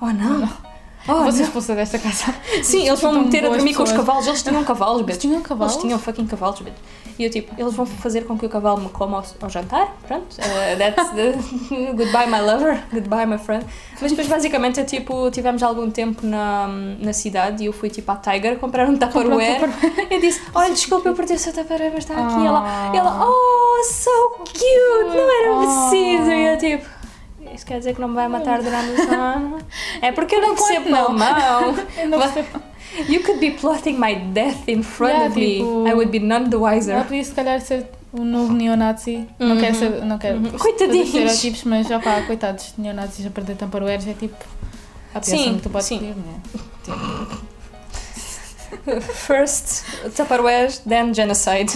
Speaker 4: oh não. Oh,
Speaker 3: vou ser
Speaker 4: não.
Speaker 3: expulsa desta casa.
Speaker 4: Sim, eles vão me
Speaker 3: Tão
Speaker 4: meter a
Speaker 3: boas
Speaker 4: dormir com os
Speaker 3: pessoas.
Speaker 4: cavalos. Eles tinham cavalos, bitch.
Speaker 3: tinham cavalos?
Speaker 4: Eles tinham um fucking cavalos, bitch. E eu tipo, eles vão fazer com que o cavalo me coma ao, ao jantar, pronto. eh, that's the... Goodbye, my lover. Goodbye, my friend. Mas depois, basicamente, é tipo, tivemos algum tempo na, na cidade e eu fui, tipo, à Tiger comprar um Tupperware. Eu disse, olha, desculpa, eu perdi o seu Tupperware, mas está aqui. Ela,
Speaker 3: é Ah.
Speaker 4: ela, oh, so cute, não era
Speaker 3: Ah.
Speaker 4: preciso. E eu, tipo... Isso quer dizer que não me vai matar durante a semana? É porque eu não
Speaker 3: enquanto,
Speaker 4: percebo
Speaker 3: não.
Speaker 4: alemão.
Speaker 3: Eu não
Speaker 4: Mas-
Speaker 3: percebo.
Speaker 4: You could be plotting my death in front
Speaker 3: Yeah,
Speaker 4: of me.
Speaker 3: tipo-
Speaker 4: I would be none the
Speaker 3: Ela
Speaker 4: wiser.
Speaker 3: podia se calhar ser o novo neonazi. Não quero ser. Não quero fazer
Speaker 4: Uhum. Coitadinhos.
Speaker 3: Estereotipos, mas já pá, coitados, neonazis a perder Tupperwares é tipo. A peça
Speaker 4: Sim,
Speaker 3: que tu podes
Speaker 4: sim.
Speaker 3: pedir, né?
Speaker 4: First Tupperware, then genocide.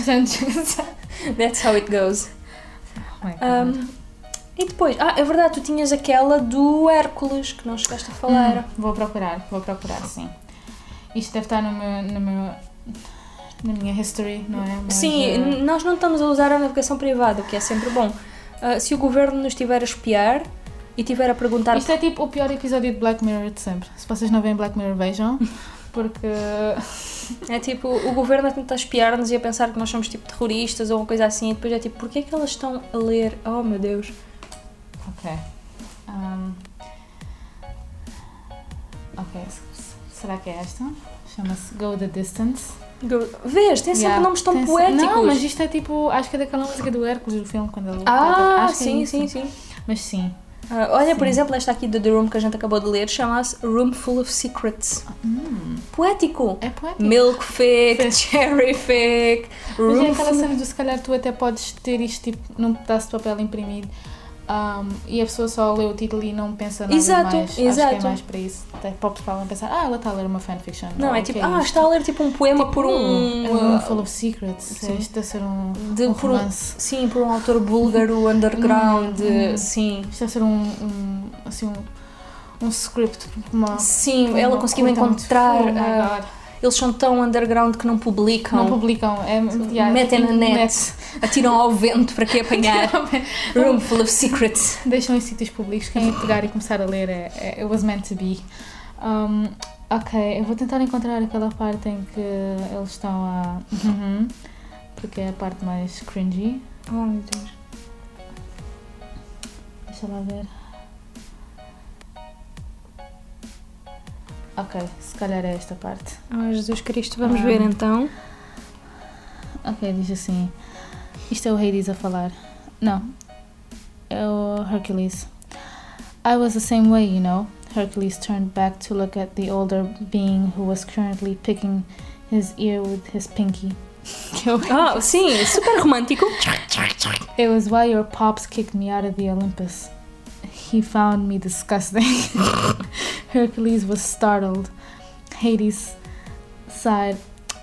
Speaker 4: That's how it goes.
Speaker 3: Oh my God.
Speaker 4: Um, e depois, ah, é verdade, tu tinhas aquela do Hércules que não chegaste a falar.
Speaker 3: Hum, Vou procurar, vou procurar, sim. Isto deve estar no meu, no meu- na minha history, não é? Mas,
Speaker 4: Sim,
Speaker 3: eh,
Speaker 4: n- nós não estamos a usar a navegação privada, o que é sempre bom. Ah, se o governo nos estiver a espiar e estiver a perguntar
Speaker 3: Isto é tipo o pior episódio de Black Mirror de sempre. Se vocês não veem Black Mirror, vejam. Porque.
Speaker 4: É tipo, o governo a tentar espiar-nos e a pensar que nós somos tipo terroristas ou uma coisa assim, e depois é tipo, porquê é que elas estão a ler? Oh meu Deus.
Speaker 3: Ok. Um, Ok, s- s- será que é esta? Chama-se Go the Distance.
Speaker 4: Go- Vês, tem sempre
Speaker 3: Yeah,
Speaker 4: nomes tão
Speaker 3: tem se-
Speaker 4: poéticos.
Speaker 3: Não, mas isto é tipo. Acho que é daquela música do Hércules do filme quando ele.
Speaker 4: Ah,
Speaker 3: acho que é
Speaker 4: sim,
Speaker 3: isso.
Speaker 4: sim, sim,
Speaker 3: Mas sim.
Speaker 4: Ah, olha, por exemplo, esta aqui do The Room que a gente acabou de ler chama-se Room Full of Secrets.
Speaker 3: Hum.
Speaker 4: Poético.
Speaker 3: É poético.
Speaker 4: Milk fake, cherry fake,
Speaker 3: Mas é
Speaker 4: room
Speaker 3: aquela
Speaker 4: full...
Speaker 3: cena de se calhar tu até podes ter isto tipo num pedaço de papel imprimido Um, e a pessoa só lê o título e não pensa nada
Speaker 4: Exato,
Speaker 3: mais. Acho que é
Speaker 4: exato.
Speaker 3: mais para isso. Até para o pessoal não pensar, ah, ela está a ler uma fanfiction.
Speaker 4: Não,
Speaker 3: ou
Speaker 4: é
Speaker 3: o que
Speaker 4: tipo, ah,
Speaker 3: isto?
Speaker 4: está a ler tipo um poema por um.
Speaker 3: Um
Speaker 4: uh,
Speaker 3: full of secrets.
Speaker 4: Sim.
Speaker 3: Isto deve ser um,
Speaker 4: de-
Speaker 3: um
Speaker 4: por um-
Speaker 3: romance.
Speaker 4: sim, por um autor búlgaro underground.
Speaker 3: Hum, hum.
Speaker 4: Sim.
Speaker 3: Isto deve ser um, um assim, um, um script. Uma,
Speaker 4: Sim,
Speaker 3: uma
Speaker 4: ela conseguiu
Speaker 3: curta muito-
Speaker 4: encontrar.
Speaker 3: Oh my
Speaker 4: ah,
Speaker 3: God.
Speaker 4: eles são tão underground que não publicam.
Speaker 3: Não publicam. É, yeah,
Speaker 4: metem na net, atiram ao vento para que apanhar. Room full of secrets.
Speaker 3: Deixam em sítios públicos. Quem pegar e começar a ler é, é It Was Meant to Be. Um, ok, eu vou tentar encontrar aquela parte em que eles estão a. Uhum, porque é a parte mais cringy.
Speaker 4: Oh meu Deus.
Speaker 3: Deixa lá ver. Ok, se calhar é esta parte.
Speaker 4: Oh Jesus Cristo, vamos ver então.
Speaker 3: Ok, diz assim. Isto é o Hades a falar. Não. É o Hercules. I was the same way, you know. Hercules turned back to look at the older being who was currently picking his ear with his pinky.
Speaker 4: Ah, sim, super romântico.
Speaker 3: It was why your pops kicked me out of the Olympus. He found me disgusting. Hercules was startled. Hades sighed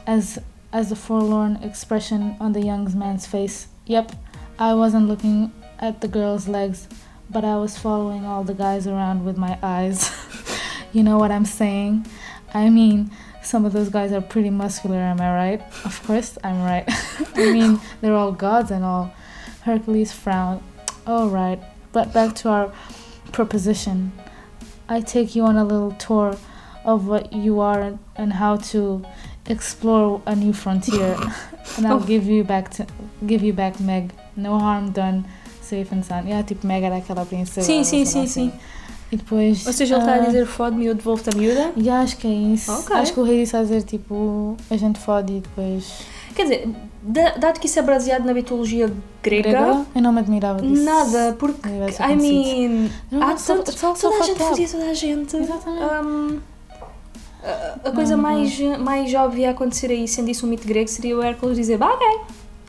Speaker 3: as as a forlorn expression on the young man's face. Yep, I wasn't looking at the girl's legs, but I was following all the guys around with my eyes. you know what I'm saying? I mean, some of those guys are pretty muscular, am I right? Of course, I'm right. I mean, they're all gods and all. Hercules frowned. All right, but back to our proposition. I take you on a little tour of what you are and how to explore a new frontier, and I'll give you back to give you back Meg. No harm done, safe and sound. Yeah, tipo Meg era aquela princesa.
Speaker 4: Sim,
Speaker 3: ou
Speaker 4: sim,
Speaker 3: sei lá
Speaker 4: sim,
Speaker 3: assim. E depois.
Speaker 4: Ou seja, ele está a
Speaker 3: ah,
Speaker 4: dizer fode-me, eu devolvo-te a miúda.
Speaker 3: Yeah, acho que é isso.
Speaker 4: Ok.
Speaker 3: Acho que o rei disse a dizer tipo a gente fode e depois.
Speaker 4: Quer dizer, da- dado que isso é baseado na mitologia grega,
Speaker 3: Grega? Eu não me admirava disso.
Speaker 4: nada, porque,
Speaker 3: Não tivesse
Speaker 4: I mean,
Speaker 3: Não,
Speaker 4: há
Speaker 3: it's all-
Speaker 4: tanto-
Speaker 3: it's all so
Speaker 4: toda a
Speaker 3: fucked
Speaker 4: gente
Speaker 3: up.
Speaker 4: fazia toda a gente.
Speaker 3: Exatamente.
Speaker 4: Um, a, a coisa
Speaker 3: Uhum.
Speaker 4: mais, mais óbvia a acontecer aí, sendo isso um mito grego, seria o Hércules dizer, bah, ok.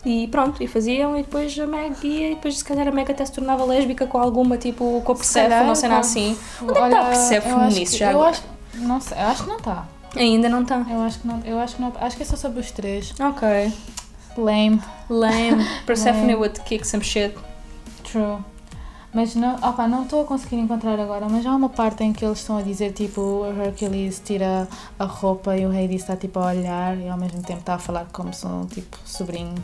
Speaker 4: E pronto, e faziam, e depois a Meg ia, e depois se calhar a Meg até se tornava lésbica com alguma, tipo, com a Perséfone, ou cena
Speaker 3: tá.
Speaker 4: assim. Onde é que está a
Speaker 3: eu
Speaker 4: Perséfone
Speaker 3: acho
Speaker 4: nisso
Speaker 3: que-
Speaker 4: já
Speaker 3: Eu
Speaker 4: agora?
Speaker 3: acho, não sei, eu acho que não está.
Speaker 4: Ainda não tá. está.
Speaker 3: Eu acho que não, eu acho que não, acho que é só sobre os três.
Speaker 4: Ok.
Speaker 3: Lame,
Speaker 4: Lame. Persephone
Speaker 3: Lame. É
Speaker 4: would kick some shit.
Speaker 3: true. Mas não, opa, não estou a conseguir encontrar agora, mas há uma parte em que eles estão a dizer tipo, o Hercules tira a roupa e o Hades está tipo a olhar e ao mesmo tempo está a falar como se um tipo sobrinho.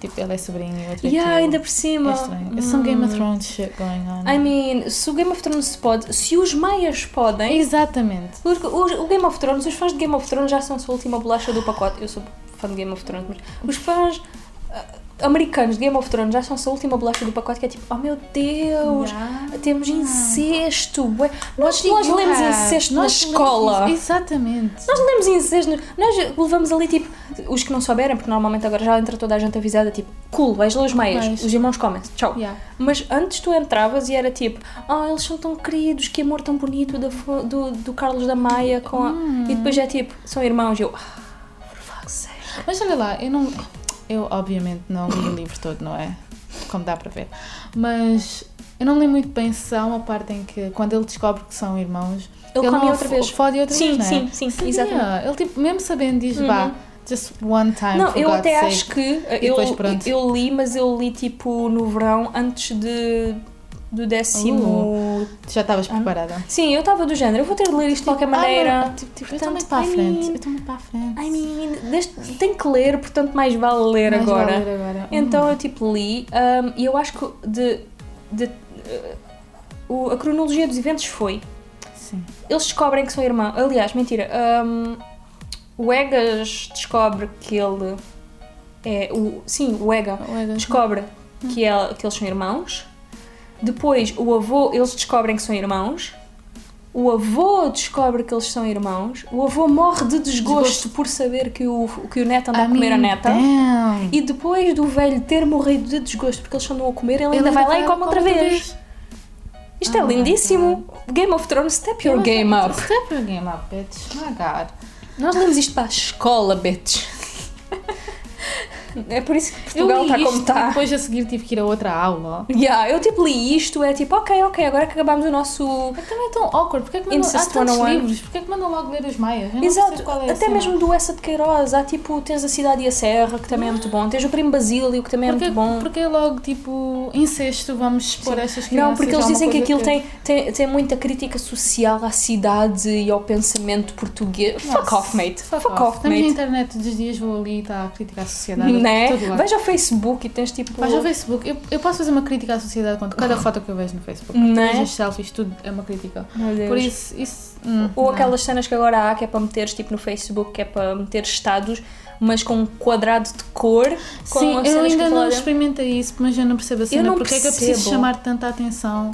Speaker 3: Tipo, ele é sobrinho e outro é
Speaker 4: Yeah,
Speaker 3: tio.
Speaker 4: ainda por cima.
Speaker 3: É estranho. It's some Game of Thrones shit going on.
Speaker 4: Hum. I mean, se o Game of Thrones se pode, se os maias podem,
Speaker 3: Exatamente.
Speaker 4: porque os- o Game of Thrones, os fãs de Game of Thrones já são a sua última bolacha do pacote. Eu sou fã de Game of Thrones, mas os fãs ah, americanos de Game of Thrones já são a sua última bolacha do pacote, que é tipo, oh meu Deus,
Speaker 3: Yeah.
Speaker 4: temos incesto. ué." Nós,
Speaker 3: Digo,
Speaker 4: nós lemos
Speaker 3: ah,
Speaker 4: incesto na
Speaker 3: nós lemos
Speaker 4: escola.
Speaker 3: incesto- Exatamente.
Speaker 4: Nós lemos incesto, nós levamos ali tipo, os que não souberem, porque normalmente agora já entra toda a gente avisada, tipo, cool, vais ler os meias,
Speaker 3: Mas-
Speaker 4: os irmãos comem tchau.
Speaker 3: Yeah.
Speaker 4: Mas antes tu entravas e era tipo, ah, eles são tão queridos, que amor tão bonito da Fo- do, do Carlos da Maia com a...
Speaker 3: Hum.
Speaker 4: E depois é tipo, são irmãos e eu, ah, por fuck's sake.
Speaker 3: Mas olha lá, eu não. Eu obviamente não li o livro todo, não é? Como dá para ver. Mas eu não li muito bem se há uma parte em que quando ele descobre que são irmãos.
Speaker 4: Ele come
Speaker 3: não
Speaker 4: outra
Speaker 3: fo-
Speaker 4: vez.
Speaker 3: Fode outra vez.
Speaker 4: Sim,
Speaker 3: não é?
Speaker 4: sim, sim,
Speaker 3: Seria.
Speaker 4: exatamente. Uhum.
Speaker 3: Ele tipo, mesmo sabendo, diz vá, just one time.
Speaker 4: Não,
Speaker 3: for
Speaker 4: eu
Speaker 3: God's
Speaker 4: até
Speaker 3: sake.
Speaker 4: acho que eh,
Speaker 3: E
Speaker 4: eu,
Speaker 3: depois pronto.
Speaker 4: eu li, mas eu li tipo no verão antes de do décimo.
Speaker 3: Tu já estavas preparada.
Speaker 4: Sim, eu estava do género, eu vou ter de ler Ah. isto de qualquer
Speaker 3: Uh. Ah,
Speaker 4: maneira.
Speaker 3: não, tipo, tipo, eu estou
Speaker 4: Portanto,
Speaker 3: muito para a
Speaker 4: I mean-
Speaker 3: frente. Eu estou muito para a frente.
Speaker 4: I mean, deste- tem que ler, portanto mais vale ler
Speaker 3: Mais
Speaker 4: agora.
Speaker 3: vale ler agora. Hum,
Speaker 4: Então eu tipo li ahm, e eu acho que de, de, eh, o- a cronologia dos eventos foi.
Speaker 3: Sim.
Speaker 4: Eles descobrem que são irmãos. Aliás, mentira. ahm, o Egas descobre que ele é. O, sim, o Ega
Speaker 3: O Egas.
Speaker 4: descobre que, ela- que eles são irmãos. Depois o avô, eles descobrem que são irmãos. O avô descobre que eles são irmãos. O avô morre de desgosto, por saber que o, que o neto anda a é.
Speaker 3: I
Speaker 4: comer a
Speaker 3: mean,
Speaker 4: neta.
Speaker 3: damn.
Speaker 4: E depois do velho ter morrido de desgosto porque eles andam a comer, ele, ainda vai lá e come outra vez. Isto é
Speaker 3: Oh my
Speaker 4: lindíssimo. Game of Thrones, step your
Speaker 3: Your
Speaker 4: game up.
Speaker 3: Step your game up, é bitch. My God.
Speaker 4: Nós lemos isto para a escola, bitch. É por isso que
Speaker 3: Eu
Speaker 4: Portugal
Speaker 3: li
Speaker 4: está
Speaker 3: isto
Speaker 4: como tá. está.
Speaker 3: e depois a seguir tive que ir a outra aula.
Speaker 4: Yeah, eu tipo li isto, é tipo, ok, ok, agora que acabamos o nosso.
Speaker 3: Também é tão awkward. Porquê é que mandam, há
Speaker 4: Incest
Speaker 3: tantos
Speaker 4: 101.
Speaker 3: livros? Porquê é que mandam logo ler os maias? Eu não
Speaker 4: Exato,
Speaker 3: percebo qual é a
Speaker 4: até
Speaker 3: cena.
Speaker 4: mesmo do Essa de Queiroz, há tipo, tens a Cidade e a Serra, que também é muito bom, tens o Primo Basílio, que também é
Speaker 3: Ah. Porquê,
Speaker 4: muito bom.
Speaker 3: porquê logo, tipo, incesto, vamos expor estas crianças?
Speaker 4: Não, porque eles
Speaker 3: a uma
Speaker 4: dizem que
Speaker 3: coisa é
Speaker 4: aquilo tem, tem, tem muita crítica social à cidade e ao pensamento português. fuck
Speaker 3: Nossa,
Speaker 4: off, mate. Fuck,
Speaker 3: tipo Fuck
Speaker 4: off,
Speaker 3: Estamos na
Speaker 4: mate.
Speaker 3: internet todos os dias, vou ali e está a criticar a sociedade.
Speaker 4: Né?
Speaker 3: Todo lado.
Speaker 4: Vais ao Facebook e tens tipo.
Speaker 3: Vais ao Facebook. Eu, eu posso fazer uma crítica à sociedade com cada foto que eu vejo no Facebook.
Speaker 4: Né?
Speaker 3: Todas as selfies, tudo é uma crítica.
Speaker 4: Meu Deus.
Speaker 3: Por isso, isso. hum,
Speaker 4: Ou
Speaker 3: não.
Speaker 4: aquelas cenas que agora há que é para meteres tipo no Facebook, que é para meter estados, mas com um quadrado de cor, com
Speaker 3: Sim,
Speaker 4: as
Speaker 3: eu
Speaker 4: cenas
Speaker 3: ainda
Speaker 4: que
Speaker 3: não
Speaker 4: falarem.
Speaker 3: experimentei isso, mas eu não percebo a cena.
Speaker 4: não
Speaker 3: porque é que eu preciso
Speaker 4: percebo.
Speaker 3: chamar tanta atenção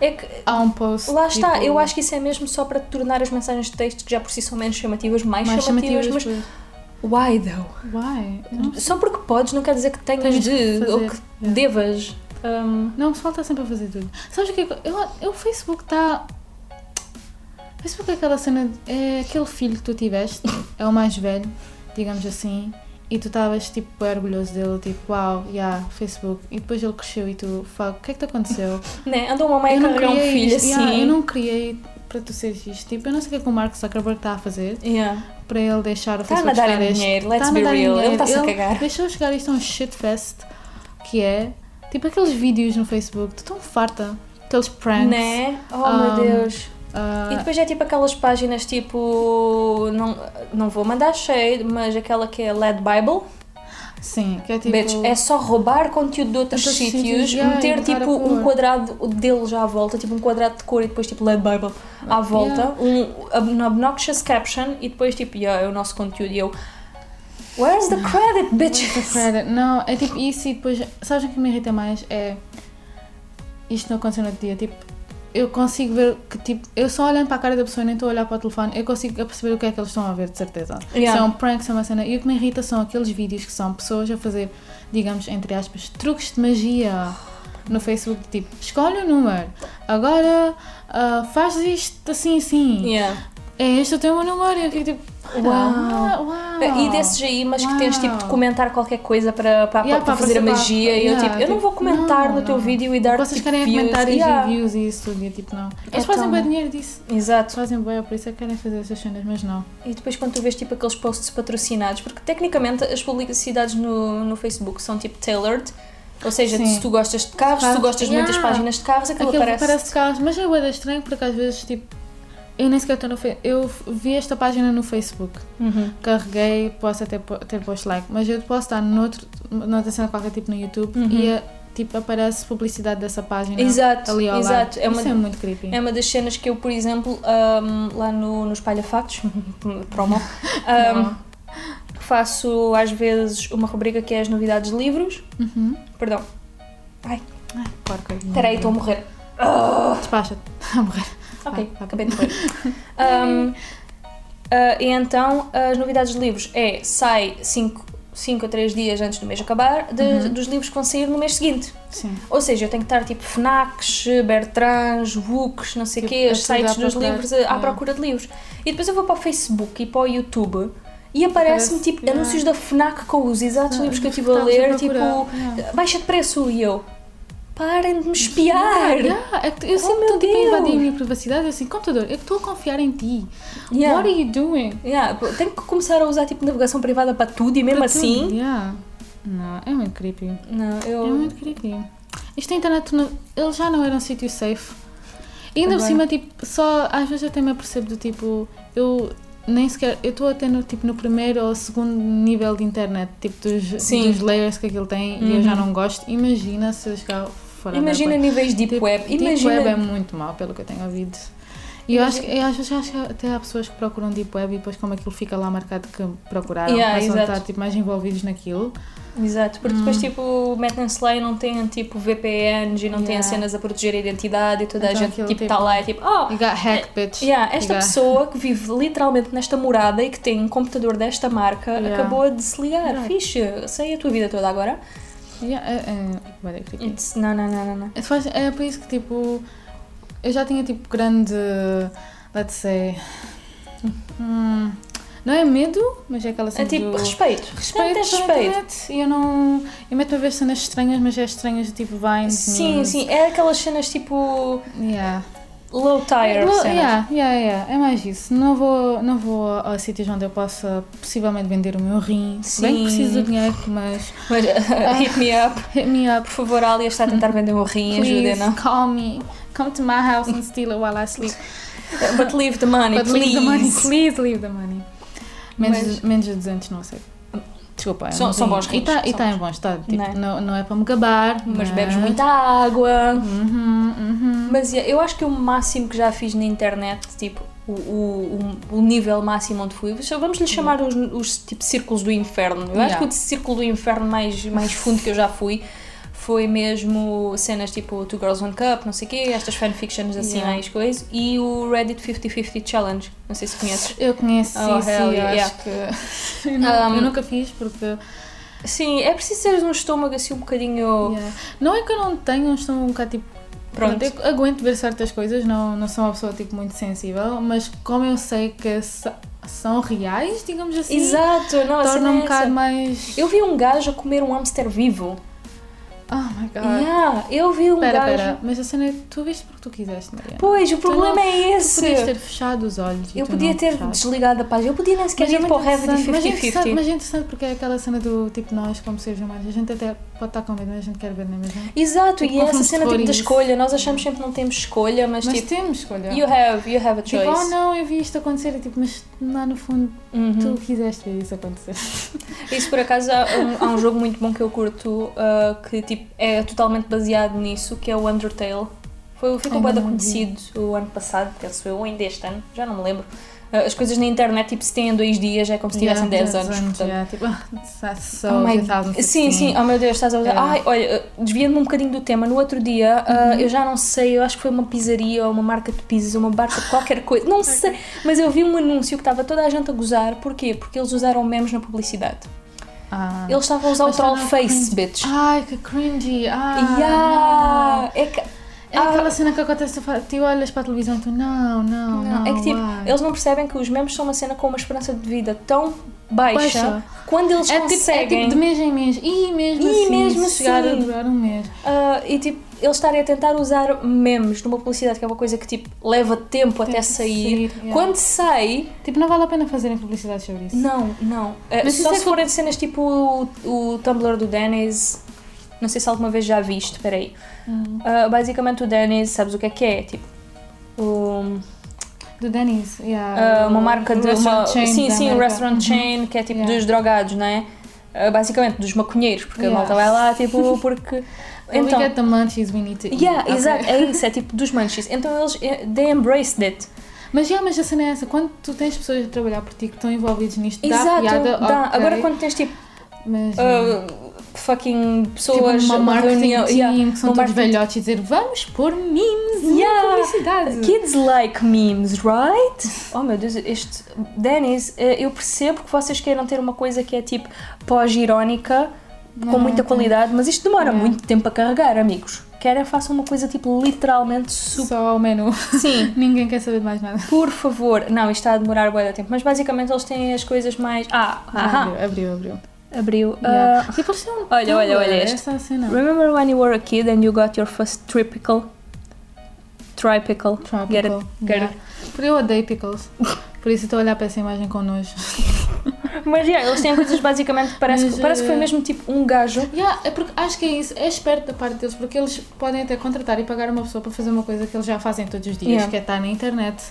Speaker 4: É que
Speaker 3: a um post?
Speaker 4: lá está,
Speaker 3: tipo,
Speaker 4: eu acho que isso é mesmo só para tornar as mensagens de texto que já por si são menos chamativas, mais,
Speaker 3: mais
Speaker 4: chamativas,
Speaker 3: chamativas.
Speaker 4: é mas why though?
Speaker 3: pois. Why? Eu Não,
Speaker 4: Só porque podes não quer dizer que tenhas
Speaker 3: Tens
Speaker 4: de,
Speaker 3: de fazer,
Speaker 4: ou que
Speaker 3: yeah.
Speaker 4: devas. Um,
Speaker 3: não se falta sempre a fazer tudo. Sabes o que é que- eu, eu- O Facebook está. O Facebook é aquela cena. de- É aquele filho que tu tiveste, é o mais velho, digamos assim, e tu estavas tipo bué orgulhoso dele, tipo uau, yeah, Facebook. E depois ele cresceu e tu, fuck, o que é que te aconteceu?
Speaker 4: né? Andou uma mãe a carregar um filho
Speaker 3: isto,
Speaker 4: assim.
Speaker 3: yeah, eu não criei para tu seres isto. Tipo, eu não sei o que é que o Mark Zuckerberg está a fazer.
Speaker 4: Yeah.
Speaker 3: para ele deixar o
Speaker 4: Tá a
Speaker 3: Facebook
Speaker 4: nadar em
Speaker 3: chegar a este-
Speaker 4: dinheiro, let's
Speaker 3: tá a
Speaker 4: be
Speaker 3: nadar em
Speaker 4: real, ele
Speaker 3: dinheiro.
Speaker 4: tá-se a cagar.
Speaker 3: Deixou chegar isto a um shitfest, que é tipo aqueles vídeos no Facebook, estou tão farta, aqueles pranks.
Speaker 4: Né? Oh
Speaker 3: Um,
Speaker 4: meu Deus.
Speaker 3: ah,
Speaker 4: E depois é tipo aquelas páginas tipo. Não, não vou mandar shade, mas aquela que é Led Bible.
Speaker 3: sim, que é tipo.
Speaker 4: Bitch, é só roubar conteúdo de outros
Speaker 3: Outros
Speaker 4: sítios,
Speaker 3: sítios, yeah, e
Speaker 4: meter
Speaker 3: botar a
Speaker 4: tipo um
Speaker 3: cor.
Speaker 4: quadrado dele já à volta, tipo um quadrado de cor e depois tipo Led Bible
Speaker 3: Ah,
Speaker 4: à volta, um obnoxious caption e depois tipo, yeah, é o nosso conteúdo e eu. Where's the credit, bitches?
Speaker 3: Fred, Não, é tipo isso e depois. Sabes o que me irrita mais? É. Isto não aconteceu no outro dia. Tipo, eu consigo ver que, tipo, eu só olhando para a cara da pessoa e nem estou a olhar para o telefone, eu consigo perceber o que é que eles estão a ver, de certeza.
Speaker 4: Yeah.
Speaker 3: São pranks, é uma cena. E o que me irrita são aqueles vídeos que são pessoas a fazer, digamos, entre aspas, truques de magia no Facebook, tipo, escolhe um número, agora ah, faz isto assim, assim.
Speaker 4: Yeah.
Speaker 3: É este o teu número. E eu fico tipo, ah, uau.
Speaker 4: E desses aí, mas que tens tipo de
Speaker 3: Uau.
Speaker 4: comentar qualquer coisa para, para,
Speaker 3: Yeah,
Speaker 4: para
Speaker 3: para
Speaker 4: fazer a
Speaker 3: participar.
Speaker 4: magia. E eu
Speaker 3: Yeah,
Speaker 4: tipo, eu não
Speaker 3: tipo,
Speaker 4: vou comentar
Speaker 3: não,
Speaker 4: no teu
Speaker 3: não.
Speaker 4: vídeo e dar
Speaker 3: Vocês
Speaker 4: tipo,
Speaker 3: querem
Speaker 4: views.
Speaker 3: comentários
Speaker 4: Yeah.
Speaker 3: e views e isso tudo, e tipo, não. Eles
Speaker 4: Então-
Speaker 3: fazem bem dinheiro disso. Eles
Speaker 4: Exato.
Speaker 3: fazem bem, por isso é que querem fazer essas cenas, mas não.
Speaker 4: E depois quando tu vês tipo aqueles posts patrocinados, porque tecnicamente as publicidades no, no Facebook são tipo tailored, ou seja,
Speaker 3: Sim.
Speaker 4: se tu gostas de carros, se tu
Speaker 3: Carros,
Speaker 4: gostas de
Speaker 3: yeah.
Speaker 4: muitas páginas de carros, aquilo,
Speaker 3: Aquilo parece,
Speaker 4: aparece.
Speaker 3: parece caos, mas é bué estranho porque às vezes, tipo, eu nem sequer estou no Facebook. Eu f- vi esta página no Facebook,
Speaker 4: Uhum.
Speaker 3: carreguei, posso até po- ter posto like, mas eu posso estar noutro, noutra cena qualquer tipo no YouTube
Speaker 4: Uhum.
Speaker 3: e eh, tipo, aparece publicidade dessa página
Speaker 4: Exato,
Speaker 3: ali ao
Speaker 4: exato.
Speaker 3: lado.
Speaker 4: É uma-
Speaker 3: Isso é muito creepy.
Speaker 4: É uma das cenas que eu, por exemplo, ahm, lá no, no Espalha Factos, promo, ahm, faço às vezes uma rubrica que é as novidades de livros.
Speaker 3: Uhum.
Speaker 4: Perdão. Ai,
Speaker 3: Ai, Ah, porca.
Speaker 4: peraí, estou a morrer.
Speaker 3: Despacha-te. A morrer.
Speaker 4: Ok,
Speaker 3: Vai,
Speaker 4: acabei de ver. Um, ah, e então, as novidades de livros é, sai 5 ou 3 dias antes do mês acabar, de-
Speaker 3: Uhum.
Speaker 4: dos livros que vão sair no mês seguinte.
Speaker 3: Sim.
Speaker 4: Ou seja, eu tenho que estar tipo FNACs, Bertrands, WUCs, não sei o
Speaker 3: Tipo,
Speaker 4: quê,
Speaker 3: é
Speaker 4: os
Speaker 3: tudo
Speaker 4: sites
Speaker 3: à
Speaker 4: dos
Speaker 3: procura,
Speaker 4: livros eh, à
Speaker 3: é.
Speaker 4: procura de livros. E depois eu vou para o Facebook e para o YouTube e aparece-me
Speaker 3: Aparece,
Speaker 4: tipo
Speaker 3: yeah.
Speaker 4: anúncios da FNAC com os exatos
Speaker 3: Ah,
Speaker 4: livros que eu estive a
Speaker 3: estavas a
Speaker 4: ler, tipo
Speaker 3: procurar, yeah.
Speaker 4: baixa de preço e eu. Parem de me espiar!
Speaker 3: Yeah, é que eu sinto
Speaker 4: Oh, meu
Speaker 3: que tipo, a
Speaker 4: Deus!
Speaker 3: invadir a minha privacidade. Eu assim, computador, eu estou a confiar em ti.
Speaker 4: Yeah.
Speaker 3: What are you doing?
Speaker 4: Yeah, pô, tenho que começar a usar tipo navegação privada para tudo e mesmo
Speaker 3: Para tudo,
Speaker 4: assim. Oh.
Speaker 3: yeah. Não, é muito creepy.
Speaker 4: Não, eu.
Speaker 3: É muito creepy. Isto da internet, não- ele já não era um sítio safe. E ainda por
Speaker 4: Agora-
Speaker 3: cima, tipo, só às vezes eu até me apercebo do tipo, eu nem sequer, eu estou até no, tipo, no primeiro ou segundo nível de internet, tipo, dos,
Speaker 4: Sim. Uhum.
Speaker 3: dos layers que aquilo tem e eu já não gosto. Imagina se eu chegar fora da
Speaker 4: Imagina
Speaker 3: web.
Speaker 4: níveis deep,
Speaker 3: né, Tipo,
Speaker 4: web.
Speaker 3: Deep
Speaker 4: imagina.
Speaker 3: Web é muito mau, pelo que eu tenho ouvido. E eu acho, que- eu às vezes acho que até há pessoas que procuram Deep Web e depois como aquilo fica lá marcado que procuraram,
Speaker 4: Yeah,
Speaker 3: passam a
Speaker 4: exato.
Speaker 3: estar tipo, mais envolvidos naquilo.
Speaker 4: Exato, porque
Speaker 3: Hum.
Speaker 4: depois tipo metem-se lá e não têm tipo VPNs e não têm
Speaker 3: Yeah.
Speaker 4: cenas a proteger a identidade e toda a
Speaker 3: Então
Speaker 4: gente
Speaker 3: aquilo,
Speaker 4: tipo
Speaker 3: tipo,
Speaker 4: está lá e tipo, oh,
Speaker 3: You got hacked, bitch.
Speaker 4: yeah,
Speaker 3: You
Speaker 4: esta
Speaker 3: got-
Speaker 4: pessoa que vive literalmente nesta morada e que tem um computador desta marca
Speaker 3: Yeah.
Speaker 4: acabou de se ligar.
Speaker 3: Right.
Speaker 4: Fixe, sei a tua vida toda agora.
Speaker 3: Yeah, é, é, bué da creepy.
Speaker 4: It's- Não, não, não, não, não.
Speaker 3: É faz- É por isso que, tipo, eu já tinha, tipo, grande, let's say, hum, Não é medo, mas é aquela
Speaker 4: É
Speaker 3: cena
Speaker 4: tipo,
Speaker 3: do...
Speaker 4: respeito.
Speaker 3: Respeito,
Speaker 4: Tanto é
Speaker 3: pela
Speaker 4: respeito.
Speaker 3: internet. E eu não... Eu meto a ver cenas estranhas, mas é estranhas tipo Vines.
Speaker 4: Sim,
Speaker 3: memes.
Speaker 4: sim. É aquelas cenas tipo
Speaker 3: Yeah.
Speaker 4: low tire.
Speaker 3: Lo-
Speaker 4: cenas.
Speaker 3: yeah, yeah, yeah. É mais isso. Não vou, não vou a a sítios onde eu possa possivelmente vender o meu rim. Se Bem que
Speaker 4: Sim.
Speaker 3: preciso do dinheiro, mas
Speaker 4: Mas, eh, hit me up.
Speaker 3: hit me up.
Speaker 4: Por favor, a Alia está a tentar vender um rim,
Speaker 3: Please
Speaker 4: ajudem-na.
Speaker 3: call me. Come to my house and steal it while I sleep.
Speaker 4: But leave the money,
Speaker 3: But
Speaker 4: please.
Speaker 3: leave the money. Please leave the money. Menos,
Speaker 4: Mas-
Speaker 3: menos de 200 não aceito. Desculpa. é um
Speaker 4: São-
Speaker 3: bocadinho-
Speaker 4: são bons
Speaker 3: E
Speaker 4: rins,
Speaker 3: está
Speaker 4: são
Speaker 3: tá
Speaker 4: bons.
Speaker 3: em bom estado. Tipo,
Speaker 4: Não é?
Speaker 3: não, não, é para me gabar. é?
Speaker 4: Mas bebes muita água.
Speaker 3: Né? Uhum, uhum.
Speaker 4: Mas yeah, eu acho que o máximo que já fiz na internet, tipo, o, o, o- o nível máximo onde fui, só vamos lhe chamar os, os, tipo círculos do inferno. Eu acho
Speaker 3: Yeah.
Speaker 4: que o círculo do inferno mais, mais fundo que eu já fui foi mesmo cenas tipo Two Girls One Cup, não sei o quê, estas fanfictions assim,
Speaker 3: Yeah.
Speaker 4: mais coisas, e o Reddit 50-50 Challenge, não sei se conheces.
Speaker 3: Eu conheço
Speaker 4: Oh,
Speaker 3: isso e
Speaker 4: hell
Speaker 3: eu
Speaker 4: yeah.
Speaker 3: acho que. eu não-
Speaker 4: Um,
Speaker 3: eu nunca fiz porque.
Speaker 4: Sim, é preciso teres um estômago assim um bocadinho.
Speaker 3: Yeah. Não é que eu não tenho, estou um bocado tipo.
Speaker 4: Pronto.
Speaker 3: Pronto. eu aguento ver certas coisas, não, não sou uma pessoa tipo muito sensível, mas como eu sei que sa- são reais, digamos assim,
Speaker 4: Exato, não, assim
Speaker 3: torna um
Speaker 4: não
Speaker 3: bocado mais.
Speaker 4: Eu vi um gajo a comer um hamster vivo.
Speaker 3: Oh my god.
Speaker 4: Yeah, eu vi um
Speaker 3: Pera,
Speaker 4: gajo.
Speaker 3: pera, mas a cena é que tu viste porque tu quiseste, Maria.
Speaker 4: Pois, o problema
Speaker 3: não-
Speaker 4: é esse.
Speaker 3: Podias ter fechado os olhos. e
Speaker 4: Eu
Speaker 3: tu
Speaker 4: podia
Speaker 3: não
Speaker 4: ter
Speaker 3: fechaste.
Speaker 4: desligado a página. Eu podia nem sequer
Speaker 3: Mas é
Speaker 4: ir para o
Speaker 3: muito
Speaker 4: Revit
Speaker 3: interessante, mas é interessante-
Speaker 4: 50-50.
Speaker 3: Mas é interessante porque é aquela cena do tipo nós, como seres humanos, a gente até pode estar com medo, mas a gente quer ver, não é mesmo?
Speaker 4: Exato, e
Speaker 3: Tipo,
Speaker 4: essa
Speaker 3: confunde-se
Speaker 4: cena
Speaker 3: com
Speaker 4: tipo, da
Speaker 3: isso.
Speaker 4: escolha. Nós achamos sempre que não temos escolha, mas,
Speaker 3: Mas
Speaker 4: tipo,
Speaker 3: temos escolha.
Speaker 4: you have, you have a
Speaker 3: Tipo,
Speaker 4: choice.
Speaker 3: oh não, eu vi isto acontecer, e, tipo, mas lá no fundo
Speaker 4: Uhum.
Speaker 3: tu quiseste ver isso acontecer.
Speaker 4: Isso por acaso há um, há um jogo muito bom que eu curto ah, que tipo, é totalmente baseado nisso, que é o Undertale. Foi, ficou
Speaker 3: Ainda
Speaker 4: bem
Speaker 3: não
Speaker 4: conhecido o ano passado, penso eu, ou ainda este ano, já não me lembro. Ah, as coisas na internet, tipo, se têm dois dias, é como se tivessem 10 anos. portanto.
Speaker 3: yeah, tipo, that's so
Speaker 4: Oh my-
Speaker 3: 2016.
Speaker 4: Sim, sim, oh meu Deus, estás a usar.
Speaker 3: É.
Speaker 4: Ai, olha, desviando-me um bocadinho do tema, no outro dia ah,
Speaker 3: Uhum.
Speaker 4: eu já não sei, eu acho que foi uma pizzaria ou uma marca de pizzas, uma barca, qualquer coisa, não sei, mas eu vi um anúncio que estava toda a gente a gozar, porquê? Porque eles usaram memes na publicidade.
Speaker 3: Ah.
Speaker 4: Eles estavam a usar o
Speaker 3: Mas
Speaker 4: troll
Speaker 3: não é
Speaker 4: face,
Speaker 3: cringe.
Speaker 4: bitch.
Speaker 3: Ai, que cringy. Ah, não.
Speaker 4: yeah. É que,
Speaker 3: É
Speaker 4: Ah.
Speaker 3: aquela cena que acontece, tu fa- tu olhas para a televisão e tu, não, não, não.
Speaker 4: não, é que tipo,
Speaker 3: why?
Speaker 4: eles não percebem que os memes são uma cena com uma esperança de vida tão baixa,
Speaker 3: Baixa.
Speaker 4: quando eles
Speaker 3: é tipo, é
Speaker 4: conseguem.
Speaker 3: tipo de mês em mês. E mesmo
Speaker 4: Ih,
Speaker 3: assim,
Speaker 4: mesmo
Speaker 3: se chegar
Speaker 4: assim.
Speaker 3: a durar um mês.
Speaker 4: Ah, e tipo, eles estarem a tentar usar memes numa publicidade que é uma coisa que tipo leva tempo até
Speaker 3: que
Speaker 4: sair.
Speaker 3: sair, yeah.
Speaker 4: Quando sai,
Speaker 3: Tipo, não vale a pena fazerem publicidade sobre isso.
Speaker 4: não, não. Ah,
Speaker 3: Mas
Speaker 4: só
Speaker 3: isso é
Speaker 4: se
Speaker 3: que-
Speaker 4: forem cenas tipo o, o Tumblr do Dennis. Não sei se alguma vez já viste, peraí.
Speaker 3: Hum.
Speaker 4: Ah, basicamente o Dennis, sabes o que é que é? Tipo. o-
Speaker 3: Do Dennis,
Speaker 4: Ah,
Speaker 3: yeah.
Speaker 4: uma
Speaker 3: o-
Speaker 4: marca
Speaker 3: o
Speaker 4: de
Speaker 3: restaurant
Speaker 4: uma,
Speaker 3: chain
Speaker 4: sim
Speaker 3: da
Speaker 4: sim um
Speaker 3: América. Uhum.
Speaker 4: restaurant chain que é tipo
Speaker 3: Yeah.
Speaker 4: dos drogados não é Ah, basicamente dos maconheiros porque
Speaker 3: Yeah.
Speaker 4: a malta vai lá tipo porque
Speaker 3: When we
Speaker 4: então
Speaker 3: get the munchies, we need to eat.
Speaker 4: yeah
Speaker 3: Ok.
Speaker 4: exato é isso é tipo dos manches então eles eh, they embraced it
Speaker 3: Mas já, mas a cena é essa, quando tu tens pessoas a trabalhar por ti que estão envolvidas nisto, dá
Speaker 4: exato
Speaker 3: piada,
Speaker 4: dá.
Speaker 3: ok,
Speaker 4: agora quando tens tipo
Speaker 3: mas,
Speaker 4: ah, fucking
Speaker 3: tipo,
Speaker 4: pessoas
Speaker 3: uma marketing
Speaker 4: reunião,
Speaker 3: team,
Speaker 4: yeah,
Speaker 3: que são
Speaker 4: uma
Speaker 3: todos
Speaker 4: marketing-
Speaker 3: velhotes e dizer, vamos pôr memes
Speaker 4: Yeah.
Speaker 3: na publicidade.
Speaker 4: Kids like memes, right? Oh meu Deus, este. Dennis, eh, eu percebo que vocês queiram ter uma coisa que é tipo pós-irónica, com
Speaker 3: Não,
Speaker 4: muita
Speaker 3: não tem.
Speaker 4: qualidade, mas isto demora
Speaker 3: Yeah.
Speaker 4: muito tempo a carregar, amigos. Querem façam uma coisa tipo literalmente super.
Speaker 3: Só o menu.
Speaker 4: Sim.
Speaker 3: Ninguém quer saber de mais nada.
Speaker 4: Por favor, não, isto está a demorar bué de tempo, mas basicamente eles têm as coisas mais. Ah, aham,
Speaker 3: Abriu, abriu, abriu.
Speaker 4: abriu.
Speaker 3: Yeah.
Speaker 4: Ah,
Speaker 3: Tipo, eles são
Speaker 4: olha, olha,
Speaker 3: tudo,
Speaker 4: olha
Speaker 3: é
Speaker 4: este.
Speaker 3: Essa a cena.
Speaker 4: remember when you were a kid and you got your first tripical? Tripical.
Speaker 3: Tropical.
Speaker 4: Get it? Get it?
Speaker 3: yeah. Por eu odeio pickles. Por isso estou a olhar para essa imagem com nojo.
Speaker 4: Mas yeah, eles têm coisas basicamente que parece,
Speaker 3: Mas,
Speaker 4: que, parece que foi
Speaker 3: eh,
Speaker 4: mesmo tipo um gajo.
Speaker 3: Yeah, é porque acho que é isso, é esperto da parte deles, porque eles podem até contratar e pagar uma pessoa para fazer uma coisa que eles já fazem todos os dias,
Speaker 4: Yeah.
Speaker 3: que é estar na internet.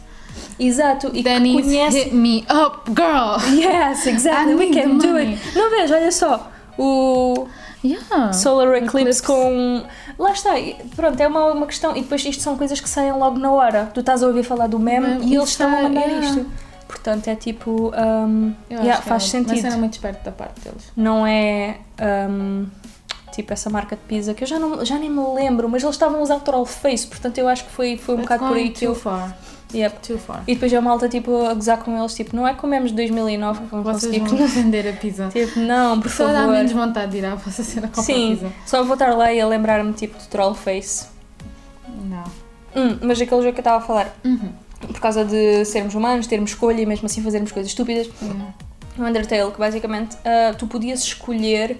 Speaker 4: Exato, e
Speaker 3: Danny,
Speaker 4: que conhece.
Speaker 3: hit me up, girl!
Speaker 4: Yes, exactly,
Speaker 3: I
Speaker 4: we
Speaker 3: need the
Speaker 4: can do
Speaker 3: money.
Speaker 4: it. Não vejo, olha só. O
Speaker 3: Yeah.
Speaker 4: Solar Eclipse
Speaker 3: Ah, Eclipse.
Speaker 4: com. Lá está, e pronto, é uma, uma questão. E depois isto são coisas que saem logo na hora. Tu estás a ouvir falar do meme
Speaker 3: Meme,
Speaker 4: e eles
Speaker 3: isto
Speaker 4: estão a
Speaker 3: é-
Speaker 4: mandar
Speaker 3: yeah.
Speaker 4: isto. Portanto, é tipo. um,
Speaker 3: Eu
Speaker 4: yeah,
Speaker 3: acho que
Speaker 4: faz
Speaker 3: é uma
Speaker 4: sentido.
Speaker 3: cena muito esperta da parte deles.
Speaker 4: Não é. um, tipo essa marca de pizza que eu já, não, já nem me lembro, mas eles estavam a usar troll face, portanto eu acho que foi, foi um
Speaker 3: That's
Speaker 4: bocado por aí
Speaker 3: going
Speaker 4: que
Speaker 3: too
Speaker 4: eu.
Speaker 3: far.
Speaker 4: Yep.
Speaker 3: Too far.
Speaker 4: E depois a malta, tipo, a gozar com eles, tipo, não é comemos 2009 que vão
Speaker 3: Vocês
Speaker 4: conseguir.
Speaker 3: vão vender a pizza.
Speaker 4: Tipo, não, por
Speaker 3: Só dá
Speaker 4: favor.
Speaker 3: menos vontade de ir à vossa cena comprar
Speaker 4: Sim,
Speaker 3: pizza.
Speaker 4: só vou estar lá e a lembrar-me, tipo, do Trollface.
Speaker 3: Não.
Speaker 4: Hum, mas aquele jogo que eu estava a falar.
Speaker 3: Uhum.
Speaker 4: por causa de sermos humanos, termos escolha e mesmo assim fazermos coisas estúpidas. No Undertale, que basicamente ah, tu podias escolher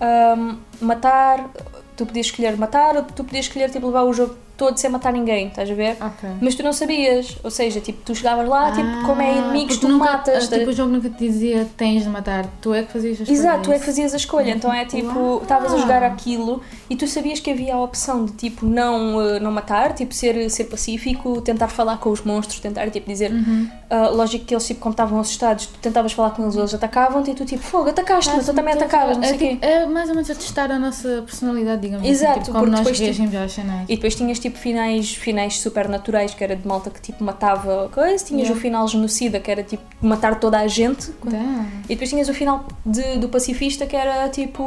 Speaker 4: ahm, matar, tu podias escolher matar ou tu podias escolher tipo, levar o jogo todo sem matar ninguém, estás a ver?
Speaker 3: Ok.
Speaker 4: Mas tu não sabias, ou seja, tipo, tu chegavas lá, tipo, como é
Speaker 3: Ah,
Speaker 4: inimigos,
Speaker 3: porque
Speaker 4: tu
Speaker 3: nunca,
Speaker 4: matas.
Speaker 3: ah, Tipo,
Speaker 4: tá-
Speaker 3: o jogo nunca te dizia tens de matar, tu é que fazias as
Speaker 4: Exato, tu é que
Speaker 3: coisas.
Speaker 4: fazias a escolha, então é tipo,
Speaker 3: Uau.
Speaker 4: estavas a jogar aquilo e tu sabias que havia a opção de tipo não, eh, não matar, tipo ser, ser pacífico, tentar falar com os monstros, tentar tipo dizer,
Speaker 3: Uhum.
Speaker 4: ah, lógico que eles tipo como estavam assustados, tu tentavas falar com eles, eles atacavam-te e tu tipo, fogo, atacaste-me, tu também atacavas, não sei o quê.
Speaker 3: é, é mais ou menos a testar a nossa personalidade, digamos
Speaker 4: Exato,
Speaker 3: assim, tipo, como
Speaker 4: porque
Speaker 3: nós
Speaker 4: depois tu-
Speaker 3: reagimos às cenas.
Speaker 4: E depois tinhas tipo finais, finais super naturais, que era de malta que tipo matava coisa, tinhas
Speaker 3: Yeah.
Speaker 4: o final genocida, que era tipo matar toda a gente,
Speaker 3: Damn.
Speaker 4: E depois tinhas o final de- do pacifista que era tipo.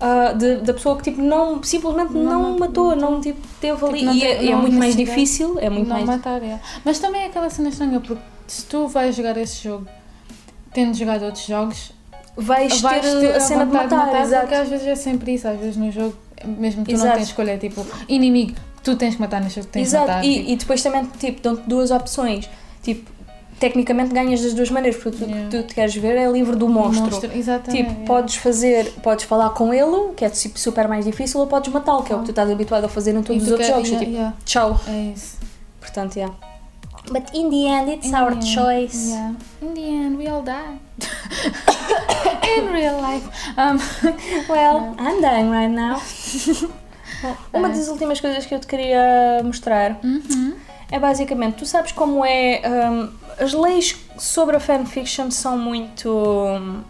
Speaker 4: ah, de- da pessoa que tipo não, simplesmente não, matou, não tipo, teve ali.
Speaker 3: então. não
Speaker 4: e
Speaker 3: teve-
Speaker 4: é, e é
Speaker 3: não
Speaker 4: muito mais
Speaker 3: necessidade.
Speaker 4: difícil, é muito
Speaker 3: não
Speaker 4: mais.
Speaker 3: matar, é. Mas também é aquela cena estranha, porque se tu vais jogar esse jogo tendo jogado outros jogos,
Speaker 4: Vais,
Speaker 3: vais
Speaker 4: ter, a cena de
Speaker 3: vontade
Speaker 4: matar, exato.
Speaker 3: porque às vezes é sempre isso, às vezes no jogo, mesmo tu não
Speaker 4: Exato.
Speaker 3: tens escolha, é tipo, inimigo, tu tens que matar, no jogo tens
Speaker 4: Exato,
Speaker 3: que matar.
Speaker 4: e,
Speaker 3: tipo,
Speaker 4: e depois também tipo, dão-te duas opções. Tipo, tecnicamente ganhas das duas maneiras, porque tu,
Speaker 3: Yeah.
Speaker 4: tu te queres ver é livre do monstro.
Speaker 3: um Exatamente.
Speaker 4: Tipo,
Speaker 3: é.
Speaker 4: podes fazer, podes falar com ele, que é tipo, super mais difícil, ou podes matá-lo, que é o que tu estás habituado a fazer em
Speaker 3: E
Speaker 4: todos os
Speaker 3: tu
Speaker 4: outros
Speaker 3: quer-
Speaker 4: jogos. É
Speaker 3: yeah,
Speaker 4: tipo,
Speaker 3: yeah,
Speaker 4: tchau.
Speaker 3: é isso.
Speaker 4: Portanto, yeah.
Speaker 1: But in the end, it's
Speaker 3: In
Speaker 1: our
Speaker 3: the end,
Speaker 1: choice.
Speaker 3: Yeah. In the end, we all die. In real life. Um,
Speaker 4: Well, I'm dying right now. Uma das últimas coisas que eu te queria mostrar
Speaker 3: uhum.
Speaker 4: é basicamente, tu sabes como é. hum, as leis sobre a fanfiction são muito. hum,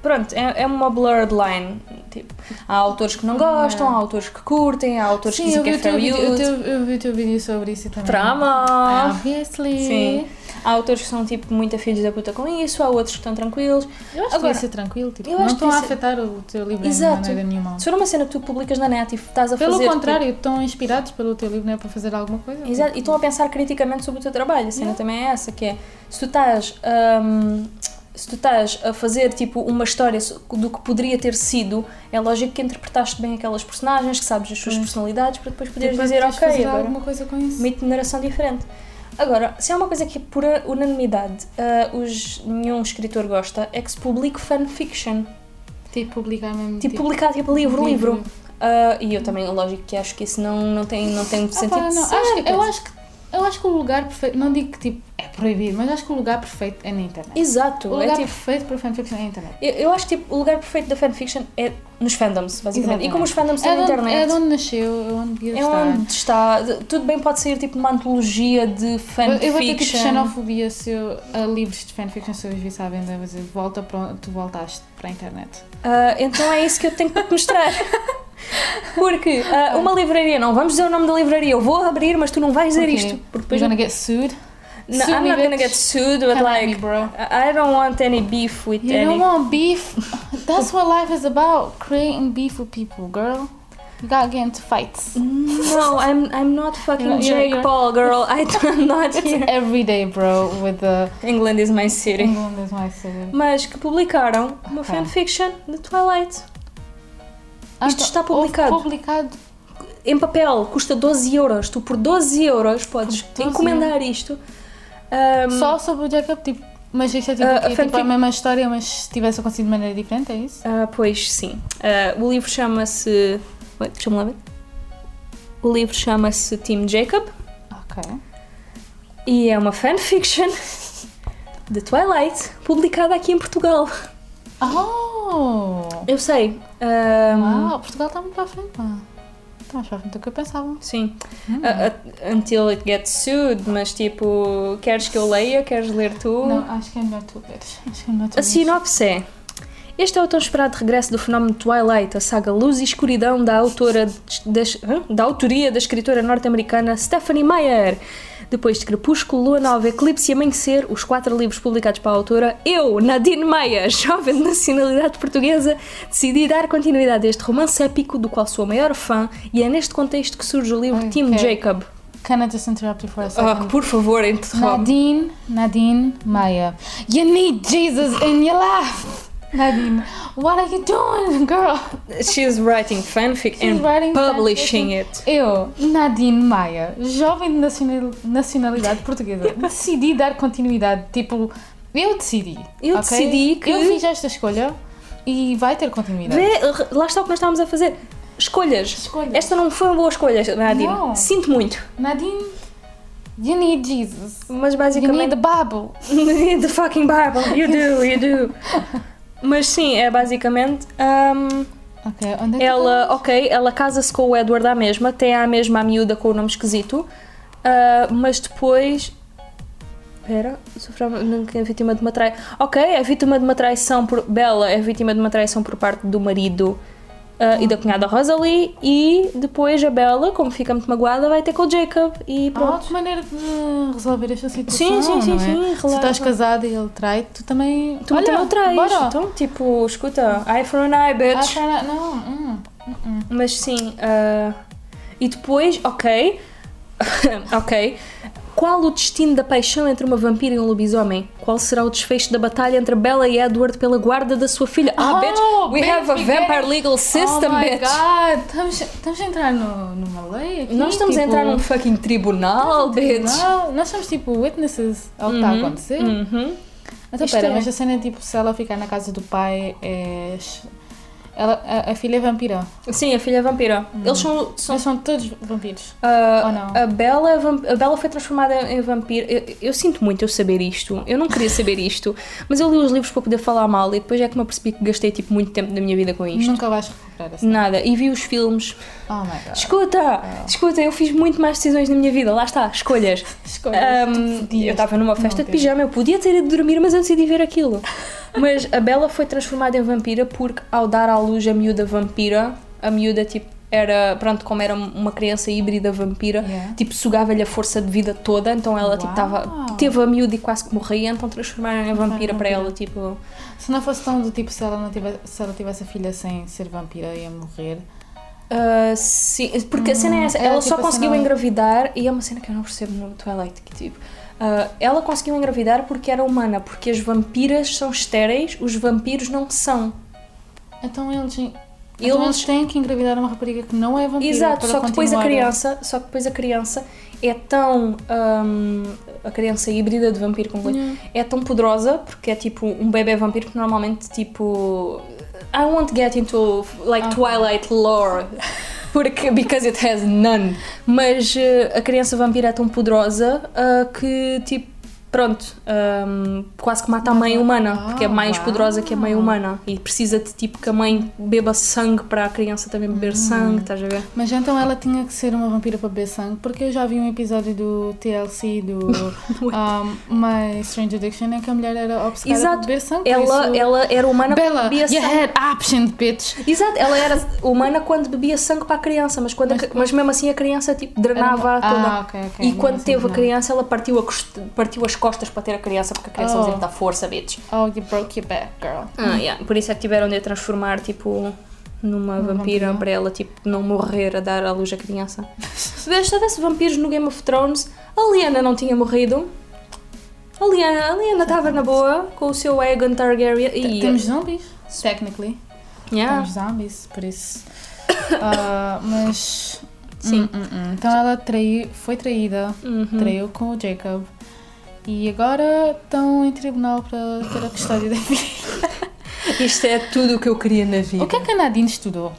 Speaker 4: Pronto, é, é uma blurred line. Tipo, há autores que não gostam, há autores que curtem, há autores que
Speaker 3: Sim,
Speaker 4: dizem
Speaker 3: eu
Speaker 4: que
Speaker 3: vi,
Speaker 4: é
Speaker 3: o teu
Speaker 4: fair
Speaker 3: vídeo, eu,
Speaker 4: use.
Speaker 3: teu- eu vi o teu vídeo sobre isso também.
Speaker 4: Trama!
Speaker 3: Obviously.
Speaker 4: Sim. Há autores que são tipo muito filhos da puta com isso, há outros que estão tranquilos.
Speaker 3: Eu acho que
Speaker 4: Agora,
Speaker 3: devia ser tranquilo, tipo,
Speaker 4: eu
Speaker 3: não
Speaker 4: acho que
Speaker 3: estão a
Speaker 4: devia ser-
Speaker 3: afetar o teu livro
Speaker 4: Exato.
Speaker 3: de maneira nenhuma.
Speaker 4: Se for uma cena que tu publicas na net e estás a
Speaker 3: Pelo
Speaker 4: fazer. tipo
Speaker 3: contrário, estão inspirados pelo teu livro, não é para fazer alguma coisa?
Speaker 4: Exato, e estão a pensar criticamente sobre o teu trabalho. A cena também é essa, que é se tu estás. hum, se tu estás a fazer tipo uma história so- do que poderia ter sido, é lógico que interpretaste bem aquelas personagens, que sabes as suas personalidades, para depois poderes
Speaker 3: Depois
Speaker 4: dizer,
Speaker 3: Tipo, tens de
Speaker 4: ok,
Speaker 3: fazer
Speaker 4: agora
Speaker 3: alguma coisa com isso.
Speaker 4: uma itineração diferente. Agora, se há uma coisa que por unanimidade ah, os, nenhum escritor gosta, é que se publique fanfiction.
Speaker 3: Tipo, publicar mesmo.
Speaker 4: Tipo, publicar tipo livro, livro.
Speaker 3: Livro.
Speaker 4: Ah, e eu também, lógico que acho que isso não, não tem, não tem
Speaker 3: Ah,
Speaker 4: sentido
Speaker 3: pá, não,
Speaker 4: ser,
Speaker 3: acho que-
Speaker 4: quer
Speaker 3: eu
Speaker 4: dizer.
Speaker 3: acho que eu acho que o lugar perfeito, não digo que tipo é proibido, mas acho que o lugar perfeito é na internet.
Speaker 4: Exato,
Speaker 3: o
Speaker 4: é
Speaker 3: lugar
Speaker 4: tipo,
Speaker 3: perfeito para fanfiction é a internet.
Speaker 4: Eu, eu acho que tipo, o lugar perfeito da fanfiction é nos fandoms, basicamente.
Speaker 3: Exatamente.
Speaker 4: E como os fandoms estão
Speaker 3: é
Speaker 4: na
Speaker 3: de onde- É de
Speaker 4: internet,
Speaker 3: onde nasceu, é onde devia
Speaker 4: é
Speaker 3: estar.
Speaker 4: onde está. Tudo bem pode sair tipo de uma antologia de
Speaker 3: Eu- Eu vou ter tipo
Speaker 4: fanfiction.
Speaker 3: xenofobia se eu, a livros de fanfiction se eu os visse à venda, eu vou dizer, volta para onde tu voltaste para a internet.
Speaker 4: Ah, então é isso que eu tenho para te mostrar. Porque ah, uma livraria, não vamos dizer o nome da livraria, eu vou abrir, mas tu não vais dizer
Speaker 3: Ok.
Speaker 4: isto. Porque
Speaker 3: You're
Speaker 4: depois.
Speaker 3: gonna get sued.
Speaker 4: Não,
Speaker 3: sue
Speaker 4: I'm
Speaker 3: me,
Speaker 4: not gonna
Speaker 3: bitch.
Speaker 4: get sued, but
Speaker 3: Come at
Speaker 4: like.
Speaker 3: me, bro.
Speaker 4: I don't want any beef with
Speaker 3: You
Speaker 4: any.
Speaker 3: don't want beef. That's what life is about. Creating beef with people, girl. You gotta get into fights.
Speaker 4: No, I'm, I'm not fucking
Speaker 3: You're- you're-
Speaker 4: Jake
Speaker 3: you're-
Speaker 4: Paul, girl. I do- I'm not here.
Speaker 3: It's every day, bro, with the
Speaker 4: England is my city.
Speaker 3: England is my city.
Speaker 4: mas que publicaram uma
Speaker 3: Ok.
Speaker 4: fanfiction de Twilight. Isto
Speaker 3: Ah,
Speaker 4: está
Speaker 3: houve
Speaker 4: publicado.
Speaker 3: publicado.
Speaker 4: Em papel, custa 12 euros. Tu por 12 euros podes
Speaker 3: 12
Speaker 4: encomendar isto. Um, Ahm,
Speaker 3: Só sobre o Jacob, tipo, mas isto é tipo,
Speaker 4: Ah,
Speaker 3: o quê?
Speaker 4: Hum. a
Speaker 3: Tipo, a
Speaker 4: fanfic-
Speaker 3: mesma história, mas se tivesse acontecido de maneira diferente, é isso?
Speaker 4: ah, pois sim. Ah, o livro chama-se. Wait, Deixa-me lá ver. O livro chama-se Team Jacob
Speaker 3: Ok.
Speaker 4: e é uma fanfiction de Twilight publicada aqui em Portugal. Uhum.
Speaker 3: Oh!
Speaker 4: Eu sei. Um, ahm,
Speaker 3: Uau, Portugal está muito para a frente, pá. Está mais para a frente do que eu pensava.
Speaker 4: Sim. A- a- until it gets sued, mas tipo, queres que eu leia? Queres ler tu?
Speaker 3: Não, acho que é melhor tu leres. Acho que é melhor tu
Speaker 4: A
Speaker 3: leres.
Speaker 4: sinopse é: Este é o tão esperado regresso do fenómeno Twilight, a saga Luz e Escuridão da autora das- hã? da autoria da escritora norte-americana Stephanie Meyer. Depois de Crepúsculo, Lua Nova, Eclipse e Amanhecer, os quatro livros publicados pela autora, eu, Nadine Meyer, jovem de nacionalidade portuguesa, decidi dar continuidade a este romance épico do qual sou a maior fã e é neste contexto que surge o livro
Speaker 3: Ok.
Speaker 4: Team Jacob.
Speaker 3: Can I just interrupt you for a
Speaker 4: Oh,
Speaker 3: second?
Speaker 4: por favor, interrompe.
Speaker 3: Nadine, Nadine Maya. You need Jesus in your life! Nadine, what are you doing, girl?
Speaker 4: She's writing fanfic
Speaker 3: She's
Speaker 4: and
Speaker 3: writing
Speaker 4: publishing
Speaker 3: fanfic.
Speaker 4: it.
Speaker 3: Eu, Nadine Maia, jovem de nacional- nacionalidade portuguesa, decidi dar continuidade. Tipo, eu decidi. ok?
Speaker 4: Eu decidi que-
Speaker 3: Eu fiz esta escolha e vai ter continuidade.
Speaker 4: Vê, r- lá está o que nós estávamos a fazer. Escolhas.
Speaker 3: Escolhas.
Speaker 4: Esta não foi uma boa escolha, Nadine.
Speaker 3: Não.
Speaker 4: Sinto muito.
Speaker 3: Nadine, you need Jesus.
Speaker 4: Mas
Speaker 3: You need
Speaker 4: basicamente.
Speaker 3: the Bible.
Speaker 4: the fucking Bible. You do, you do. Mas sim, é basicamente. hum,
Speaker 3: Ok, onde é que
Speaker 4: ela, ok, ela casa-se com o Edward à mesma, tem à mesma a miúda com o nome esquisito, ah, mas depois. Pera, sofreu nunca é vítima de uma traição. Ok, é vítima de uma traição por. Bella é vítima de uma traição por parte do marido ah, e da cunhada Rosalie, e depois a Bella, como fica muito magoada, vai ter com o Jacob e
Speaker 3: Há
Speaker 4: pronto.
Speaker 3: outra Ah, maneira de resolver esta situação.
Speaker 4: Sim, sim, sim,
Speaker 3: não é?
Speaker 4: sim,
Speaker 3: Se
Speaker 4: releva.
Speaker 3: estás casada e ele trai, tu também.
Speaker 4: tu
Speaker 3: Olha,
Speaker 4: Ah, Olha, também o trais.
Speaker 3: Bora.
Speaker 4: Então, tipo, escuta, eye for an
Speaker 3: Ah,
Speaker 4: eye, bitch.
Speaker 3: cara, não, hum, hum,
Speaker 4: Mas sim, ah, e depois, ok, ok. Qual o destino da paixão entre uma vampira e um lobisomem? Qual será o desfecho da batalha entre Bella e Edward pela guarda da sua filha? Ah,
Speaker 3: Oh,
Speaker 4: bitch, we
Speaker 3: bitch,
Speaker 4: have a
Speaker 3: we
Speaker 4: vampire
Speaker 3: get it.
Speaker 4: legal system,
Speaker 3: oh my
Speaker 4: bitch.
Speaker 3: God, estamos, estamos a entrar no, numa lei aqui.
Speaker 4: Nós estamos a
Speaker 3: tipo,
Speaker 4: entrar num fucking tribunal, bitch.
Speaker 3: tribunal, Nós somos tipo witnesses ao que está a acontecer.
Speaker 4: Uhum.
Speaker 3: Então,
Speaker 4: Isto
Speaker 3: pera,
Speaker 4: é.
Speaker 3: mas a cena é tipo: se ela ficar na casa do pai, é. ch- Ela, a, a filha é vampira.
Speaker 4: Sim, a filha é vampira. Eles são. são
Speaker 3: Eles são todos vampiros.
Speaker 4: ah,
Speaker 3: Ou não?
Speaker 4: a, Bella, é vamp- a Bella foi transformada em vampiro. Eu, eu sinto muito eu saber isto. Eu não queria saber isto. Mas eu li os livros para poder falar mal e depois é que me apercebi que gastei tipo, muito tempo da minha vida com isto.
Speaker 3: Nunca vais recuperar assim.
Speaker 4: Nada, e vi os filmes.
Speaker 3: Oh my god.
Speaker 4: Escuta,
Speaker 3: Ah.
Speaker 4: escuta, eu fiz muito mais decisões na minha vida, lá está, escolhas.
Speaker 3: Escolhas.
Speaker 4: Ahm,
Speaker 3: Dias.
Speaker 4: eu estava numa festa
Speaker 3: Não,
Speaker 4: de
Speaker 3: Deus.
Speaker 4: pijama, eu podia ter ido dormir, mas eu decidi ver aquilo. Mas a Bela foi transformada em vampira porque, ao dar à luz a miúda vampira, a miúda tipo era, pronto, como era uma criança híbrida vampira,
Speaker 3: Yeah.
Speaker 4: tipo sugava-lhe a força de vida toda, então ela tipo
Speaker 3: Uau.
Speaker 4: tava, teve a miúda e quase que morria, então transformaram em vampira para ela, tipo.
Speaker 3: Se não fosse tão do tipo se ela, não tivesse, se ela tivesse a filha sem ser vampira ia morrer.
Speaker 4: Ah, sim, porque a cena é essa,
Speaker 3: Era
Speaker 4: ela
Speaker 3: tipo
Speaker 4: só
Speaker 3: a
Speaker 4: conseguiu
Speaker 3: cena-
Speaker 4: engravidar, e é uma cena que eu não percebo no Twilight, que tipo, ah, ela conseguiu engravidar porque era humana, porque as vampiras são estéreis, os vampiros não são.
Speaker 3: Então eles, então eles têm que engravidar uma rapariga que não é vampira.
Speaker 4: Exato,
Speaker 3: para
Speaker 4: só que depois a
Speaker 3: continuar
Speaker 4: criança, só que depois a criança é tão ahm, a criança híbrida de vampiro com
Speaker 3: Hum.
Speaker 4: é tão poderosa porque é tipo um bebê vampiro que normalmente tipo I won't get into like
Speaker 3: Ok.
Speaker 4: Twilight lore porque because it has none. Mas eh, a criança vampiro é tão poderosa ah, que tipo pronto ahm, quase que mata a mãe humana
Speaker 3: Ah,
Speaker 4: porque é mais
Speaker 3: uau.
Speaker 4: poderosa que a mãe humana e precisa de tipo que a mãe beba sangue para a criança também
Speaker 3: Hum.
Speaker 4: beber sangue estás a ver
Speaker 3: Mas então ela tinha que ser uma vampira para beber sangue, porque eu já vi um episódio do TLC, do um, My Strange Addiction, em que a mulher era obcecada por
Speaker 4: Exato.
Speaker 3: beber sangue. Então, por
Speaker 4: Ela,
Speaker 3: isso-
Speaker 4: ela era humana
Speaker 3: Bella,
Speaker 4: bebia
Speaker 3: you
Speaker 4: sangue.
Speaker 3: had options, bitch.
Speaker 4: Exato, ela era humana quando bebia sangue para a criança, mas, quando a cri- mas mesmo assim a criança tipo, drenava
Speaker 3: Era uma-
Speaker 4: toda.
Speaker 3: Ah, ok, ok,
Speaker 4: e
Speaker 3: mesmo
Speaker 4: quando
Speaker 3: assim
Speaker 4: teve a
Speaker 3: drenava.
Speaker 4: criança, ela partiu, a cost- partiu as costas para ter a criança, porque a criança
Speaker 3: Oh.
Speaker 4: oh. da força, bitch.
Speaker 3: Oh, you broke your back, girl.
Speaker 4: Ah, yeah. Por isso é que tiveram de a transformar tipo, numa vampira
Speaker 3: vampira.
Speaker 4: para ela tipo, não morrer a dar à luz a criança. Se vês- se houvesse vampiros no Game of Thrones, a Lyanna não tinha morrido. A Lyanna a Lyanna estava na boa com o seu Aegon Targaryen. E,
Speaker 3: Temos zombies, technically.
Speaker 4: Yeah.
Speaker 3: Temos zombies, por isso. Ah, mas.
Speaker 4: Sim.
Speaker 3: Hum, hum, hum. Então ela traiu, foi traída,
Speaker 4: Uhum.
Speaker 3: traiu com o Jacob. E agora estão em tribunal para ter a custódia da filha.
Speaker 4: Isto é tudo o que eu queria na vida.
Speaker 3: O que é que a Nadine estudou?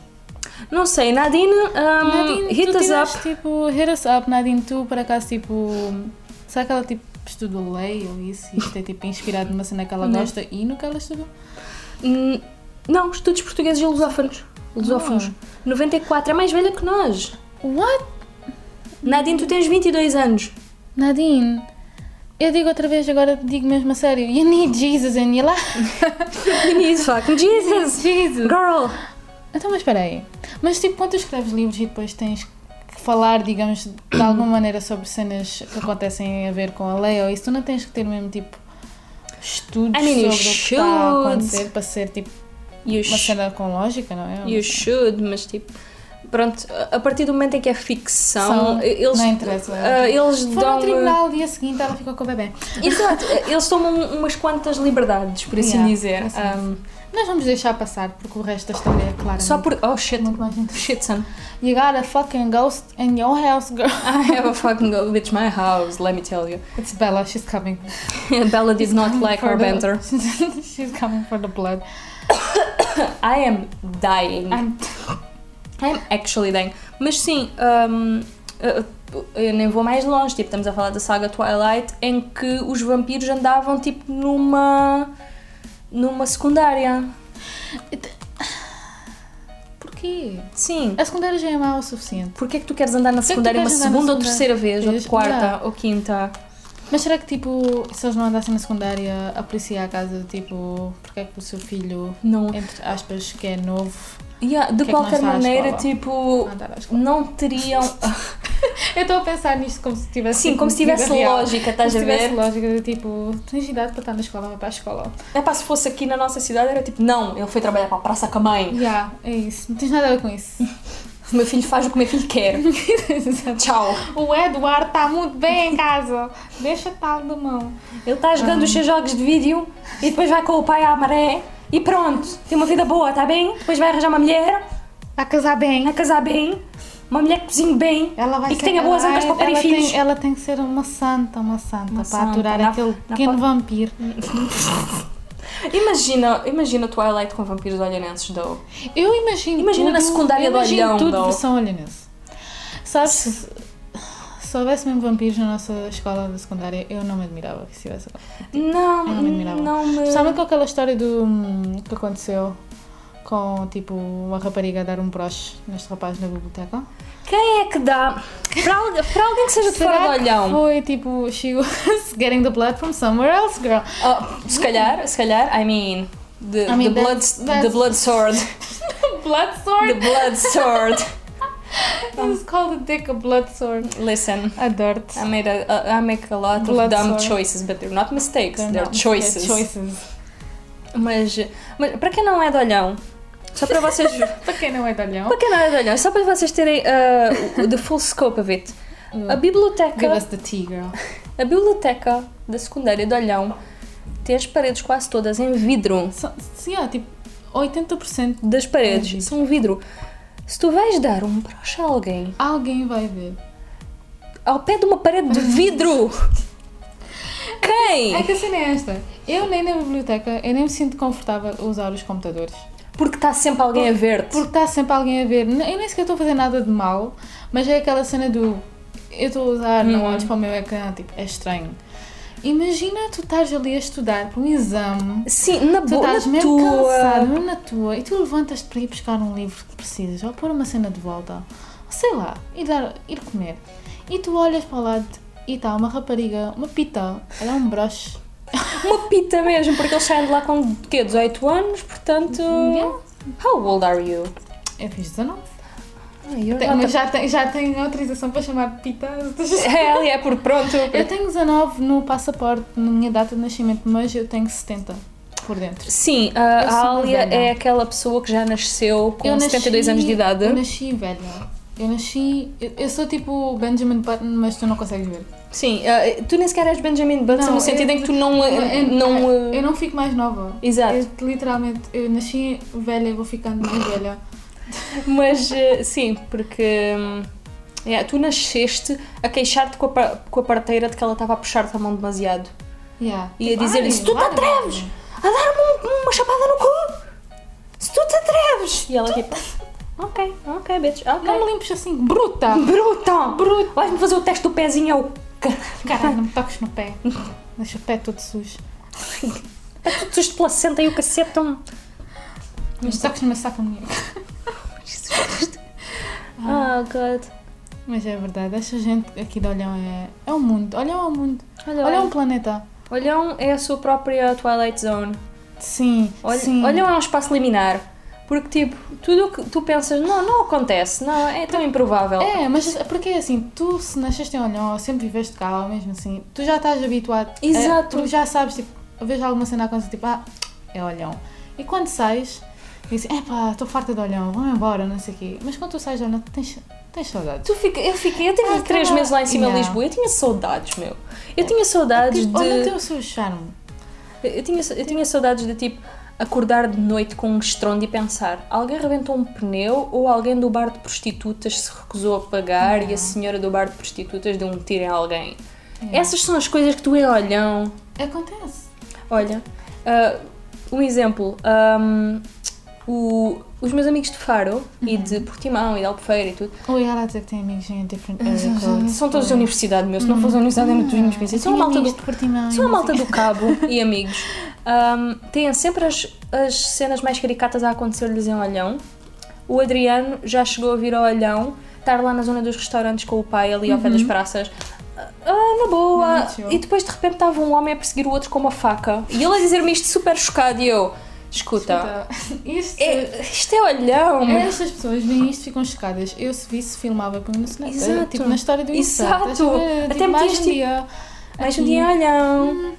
Speaker 4: Não sei, Nadine, um,
Speaker 3: Nadine,
Speaker 4: hit
Speaker 3: Ah, tu
Speaker 4: us
Speaker 3: tiveste,
Speaker 4: up.
Speaker 3: Tipo, hit us up, Nadine, tu por acaso, tipo. Será que ela tipo, estudou lei ou isso? E Isto é tipo inspirado numa cena que ela
Speaker 4: Não.
Speaker 3: gosta e no que ela estudou?
Speaker 4: Hum, Não, estudos portugueses e lusófonos. Lusófonos.
Speaker 3: Ah.
Speaker 4: 94, é mais velha que nós.
Speaker 3: What?
Speaker 4: Nadine, tu tens 22 anos.
Speaker 3: Nadine, eu digo outra vez, agora digo mesmo a sério. You need Jesus in your life.
Speaker 4: You need fucking Jesus.
Speaker 3: Jesus.
Speaker 4: Girl.
Speaker 3: Então, mas espera aí. Mas tipo, quando tu escreves livros e depois tens que falar, digamos, de alguma maneira sobre cenas que acontecem a ver com a lei ou isso, tu não tens que ter mesmo tipo estudos
Speaker 4: I
Speaker 3: sobre o
Speaker 4: mean, you
Speaker 3: que está a
Speaker 4: should.
Speaker 3: acontecer para ser tipo
Speaker 4: You,
Speaker 3: uma
Speaker 4: sh
Speaker 3: cena com lógica, não é?
Speaker 4: you should, mas tipo... Pronto, a partir do momento em que é ficção,
Speaker 3: São-
Speaker 4: eles,
Speaker 3: não interessa.
Speaker 4: ah, eles
Speaker 3: Foi
Speaker 4: dão.
Speaker 3: no tribunal, dia seguinte ela ficou com o bebê.
Speaker 4: Exato, eles tomam umas quantas liberdades, por assim
Speaker 3: Yeah,
Speaker 4: dizer.
Speaker 3: assim.
Speaker 4: Um,
Speaker 3: Nós vamos deixar passar, porque o resto da história é claro.
Speaker 4: só por. Oh shit.
Speaker 3: Muito mais interessante.
Speaker 4: Shit, son.
Speaker 3: You got a fucking ghost in your house, girl.
Speaker 4: I have a fucking go. It's my house, let me tell you.
Speaker 3: It's Bella, she's coming.
Speaker 4: Bella did not like our
Speaker 3: For the-
Speaker 4: banter.
Speaker 3: she's coming for the blood.
Speaker 4: I am dying.
Speaker 3: I'm-
Speaker 4: I'm actually dying. Mas sim, hum, eu- eu nem vou mais longe. Tipo, estamos a falar da saga Twilight em que os vampiros andavam tipo numa. numa secundária.
Speaker 3: Porquê?
Speaker 4: Sim.
Speaker 3: A secundária já é mau o suficiente.
Speaker 4: Porquê é que tu queres andar na
Speaker 3: Porquê é que tu
Speaker 4: secundária uma
Speaker 3: queres andar na
Speaker 4: segunda ou
Speaker 3: secundária?
Speaker 4: terceira vez? Ou
Speaker 3: Vês?
Speaker 4: quarta
Speaker 3: Yeah.
Speaker 4: ou quinta?
Speaker 3: Mas será que, tipo, se eles não andassem na secundária, a polícia ia à casa, tipo, porque é que o seu filho,
Speaker 4: Não.
Speaker 3: entre aspas, que é novo,
Speaker 4: Yeah, de
Speaker 3: Porquê é que não
Speaker 4: qualquer
Speaker 3: está à
Speaker 4: maneira,
Speaker 3: escola?
Speaker 4: tipo.
Speaker 3: a andar à escola?
Speaker 4: Não teriam.
Speaker 3: Eu estou a pensar nisto como se tivesse.
Speaker 4: Sim,
Speaker 3: tipo,
Speaker 4: como se tivesse
Speaker 3: vida real.
Speaker 4: lógica, estás
Speaker 3: como
Speaker 4: a
Speaker 3: se tivesse
Speaker 4: ver?
Speaker 3: lógica de tipo, tens idade para estar na escola, vai para a escola.
Speaker 4: É pá, se fosse aqui na nossa cidade era tipo, não, ele foi trabalhar para a praça com a mãe.
Speaker 3: Já, é isso. Não tens nada a ver com isso.
Speaker 4: O meu filho faz o que o meu filho quer. Tchau.
Speaker 3: o Eduardo está muito bem em casa. Deixa tal de mão.
Speaker 4: Ele está jogando os seus jogos de vídeo e depois vai com o pai à maré e pronto, tem uma vida boa, tá bem? Depois vai arranjar uma mulher,
Speaker 3: Vai casar bem.
Speaker 4: vai casar bem, uma mulher que cozinhe bem
Speaker 3: Ela vai
Speaker 4: e que
Speaker 3: ser-
Speaker 4: tenha boas
Speaker 3: ela-
Speaker 4: ancas para parir
Speaker 3: ela
Speaker 4: filhos.
Speaker 3: Tem, ela tem que ser uma santa, uma santa, para
Speaker 4: santa.
Speaker 3: aturar
Speaker 4: Na-
Speaker 3: aquele
Speaker 4: na
Speaker 3: pequeno
Speaker 4: po-
Speaker 3: vampiro.
Speaker 4: Imagina, imagina Twilight com vampiros olhanenses, though.
Speaker 3: Eu imagino.
Speaker 4: Imagina
Speaker 3: tudo,
Speaker 4: na secundária
Speaker 3: eu
Speaker 4: do
Speaker 3: imagino
Speaker 4: Olhão,
Speaker 3: tudo
Speaker 4: dó.
Speaker 3: versão olhanense. Sabes? Se, se houvesse mesmo vampiros na nossa escola da secundária, eu não me admirava que estivesse agora.
Speaker 4: Não,
Speaker 3: Eu não me admirava.
Speaker 4: não me...
Speaker 3: Especialmente com aquela história do hum, que aconteceu com tipo uma rapariga a dar um broche neste rapaz na biblioteca.
Speaker 4: Quem é que dá? Para, al- para alguém que seja de fora do
Speaker 3: que
Speaker 4: olhão.
Speaker 3: foi tipo she was getting the blood from somewhere else, girl?
Speaker 4: Oh, se calhar, se calhar, I mean... The,
Speaker 3: I mean,
Speaker 4: the, blood,
Speaker 3: that's-
Speaker 4: the
Speaker 3: that's-
Speaker 4: blood sword.
Speaker 3: blood sword.
Speaker 4: The blood sword.
Speaker 3: It's called a dick a blood sword.
Speaker 4: Listen,
Speaker 3: Adoro-te.
Speaker 4: I made a, a, I make a lot
Speaker 3: Blood
Speaker 4: of dumb
Speaker 3: sword.
Speaker 4: choices, but they're not mistakes, they're,
Speaker 3: Não,
Speaker 4: choices.
Speaker 3: é choices.
Speaker 4: Mas, mas para quem não é de olhão, só para vocês,
Speaker 3: Para quem não é de olhão,
Speaker 4: para quem não é de olhão, só para vocês terem uh, o- the full scope of it.
Speaker 3: Hum. give
Speaker 4: A
Speaker 3: us
Speaker 4: biblioteca,
Speaker 3: the tea, girl.
Speaker 4: a biblioteca da secundária de olhão tem as paredes quase todas em vidro.
Speaker 3: Só- Sim, ó, tipo 80%
Speaker 4: Das
Speaker 3: É
Speaker 4: paredes
Speaker 3: vidro.
Speaker 4: são um vidro. Se tu vais dar um broche a alguém
Speaker 3: alguém vai ver.
Speaker 4: ao pé de uma parede de vidro,
Speaker 3: É
Speaker 4: quem?
Speaker 3: que a cena é esta. Eu nem na biblioteca, eu nem me sinto confortável a usar os computadores.
Speaker 4: Porque
Speaker 3: tá
Speaker 4: está sempre alguém a ver-te.
Speaker 3: Porque está sempre alguém a ver. N- Eu nem sequer estou a fazer nada de mal, mas é aquela cena do eu estou a usar,
Speaker 4: Uhum.
Speaker 3: não olhes para o meu ecrã, tipo, é estranho. Imagina tu estás ali a estudar para um exame,
Speaker 4: Sim, na
Speaker 3: tu
Speaker 4: boa,
Speaker 3: estás
Speaker 4: na
Speaker 3: mesmo cansado,
Speaker 4: tua.
Speaker 3: mesmo na tua, e tu levantas-te para ir buscar um livro que precisas, ou pôr uma cena de volta, ou sei lá, ir, dar- ir comer. E tu olhas para o lado e está uma rapariga, uma pita, ela é um broche.
Speaker 4: Uma pita mesmo, porque eles saem de lá com quê? 18 anos, portanto.
Speaker 3: Yeah.
Speaker 4: How old are you?
Speaker 3: Eu fiz 19.
Speaker 4: Ah, you're
Speaker 3: Tem-
Speaker 4: not
Speaker 3: mas
Speaker 4: a-
Speaker 3: já, tem- já tenho autorização para chamar de pita.
Speaker 4: É, ali é por pronto.
Speaker 3: Eu tenho 19 no passaporte, na minha data de nascimento, mas eu tenho 70 por dentro.
Speaker 4: Sim, a,
Speaker 3: Eu sou
Speaker 4: a
Speaker 3: uma
Speaker 4: Alia
Speaker 3: velha.
Speaker 4: é aquela pessoa que já nasceu com
Speaker 3: eu
Speaker 4: 72 anos de idade.
Speaker 3: Eu nasci velha. Eu nasci. Eu, eu sou tipo Benjamin Button, mas tu não consegues ver.
Speaker 4: Sim, ah, tu nem sequer és Benjamin Button
Speaker 3: Não,
Speaker 4: no sentido
Speaker 3: eu-
Speaker 4: em que tu não. ah,
Speaker 3: eu,
Speaker 4: não
Speaker 3: eu,
Speaker 4: ah,
Speaker 3: não fico mais nova.
Speaker 4: Exato.
Speaker 3: Eu, literalmente, eu nasci velha e vou ficando mais velha.
Speaker 4: Mas ah, sim, porque. hum, yeah, tu nasceste a queixar-te com, a pa- com a parteira de que ela estava a puxar-te a mão demasiado.
Speaker 3: Yeah.
Speaker 4: E a dizer-lhe:
Speaker 3: Vai,
Speaker 4: se tu te
Speaker 3: vai.
Speaker 4: atreves a dar-me um- uma chapada no cu, se tu te atreves! E ela tipo: Ok, ok, bitch, ok.
Speaker 3: Não me limpes assim, bruta!
Speaker 4: Bruto! Bruto! Vais-me fazer o teste do pezinho ao caralho.
Speaker 3: Caralho, não me toques no pé. Deixa o pé todo sujo.
Speaker 4: Tu de placenta e o cacete tão.
Speaker 3: Não me toques numa saca minha.
Speaker 4: Oh, God.
Speaker 3: Mas é verdade, esta gente aqui de Olhão é. É um mundo. Olhão é um mundo.
Speaker 4: Olha,
Speaker 3: Olhão é um
Speaker 4: Olhão.
Speaker 3: planeta.
Speaker 4: Olhão é a sua própria Twilight Zone.
Speaker 3: Sim,
Speaker 4: Olha-
Speaker 3: sim.
Speaker 4: Olhão é um espaço liminar. Porque, tipo, tudo o que tu pensas, não, não acontece, não, é tão improvável.
Speaker 3: É, mas porque é assim, tu se nasceste em Olhão ou sempre viveste cá, ou mesmo assim, tu já estás habituado.
Speaker 4: Exato.
Speaker 3: É, tu já sabes, tipo, vejo alguma cena a acontecer, tipo, ah, é Olhão. E quando sais, e disse, epá, estou farta de olhão, vamos embora, não sei o quê. Mas quando tu sais de olhão, tens, tens saudades.
Speaker 4: Tu fica, eu fiquei, eu tive
Speaker 3: Ah,
Speaker 4: três
Speaker 3: cara.
Speaker 4: meses lá em cima de
Speaker 3: Yeah. É.
Speaker 4: Lisboa, eu tinha saudades, meu. Eu tinha saudades
Speaker 3: Tipo, Olhão tem
Speaker 4: de.
Speaker 3: o seu charme.
Speaker 4: Eu tinha, eu tinha saudades de tipo acordar de noite com um estrondo e pensar alguém rebentou um pneu ou alguém do bar de prostitutas se recusou a pagar e a senhora do bar de prostitutas deu um tiro em alguém.
Speaker 3: É.
Speaker 4: Essas são as coisas que tu é olhão.
Speaker 3: Acontece.
Speaker 4: Olha, ah, um exemplo. ahm, o- os meus amigos de Faro e de Portimão e de Albufeira e tudo
Speaker 3: Ou é ela a dizer que tem amigos em different area codes.
Speaker 4: são todos da universidade, meu. Se não fosse da universidade, eu não tinha conhecido. São a
Speaker 3: Tenho
Speaker 4: malta
Speaker 3: amigos
Speaker 4: do,
Speaker 3: de Portimão.
Speaker 4: são a malta do cabo e amigos. Ahm, têm sempre as, as cenas mais caricatas a acontecer-lhes em Olhão. O Adriano já chegou a vir ao Olhão, estar lá na zona dos restaurantes com o pai, ali ao pé das praças. Ah, Ah, na boa!
Speaker 3: Não, chill.
Speaker 4: e depois de repente estava um homem a perseguir o outro com uma faca. E ele a dizer-me isto super chocado. E eu, escuta,
Speaker 3: Isto,
Speaker 4: é- isto é Olhão! meu.
Speaker 3: Estas pessoas veem isto e ficam chocadas. Eu se visse, filmava e punha no Snap.
Speaker 4: Exato.
Speaker 3: Tipo, na história do Insta.
Speaker 4: Exato.
Speaker 3: Estás a ver?
Speaker 4: Até
Speaker 3: Tipo, mais
Speaker 4: metias,
Speaker 3: um
Speaker 4: tipo,
Speaker 3: dia.
Speaker 4: Mais
Speaker 3: aqui.
Speaker 4: um
Speaker 3: Hum.
Speaker 4: dia em olhão.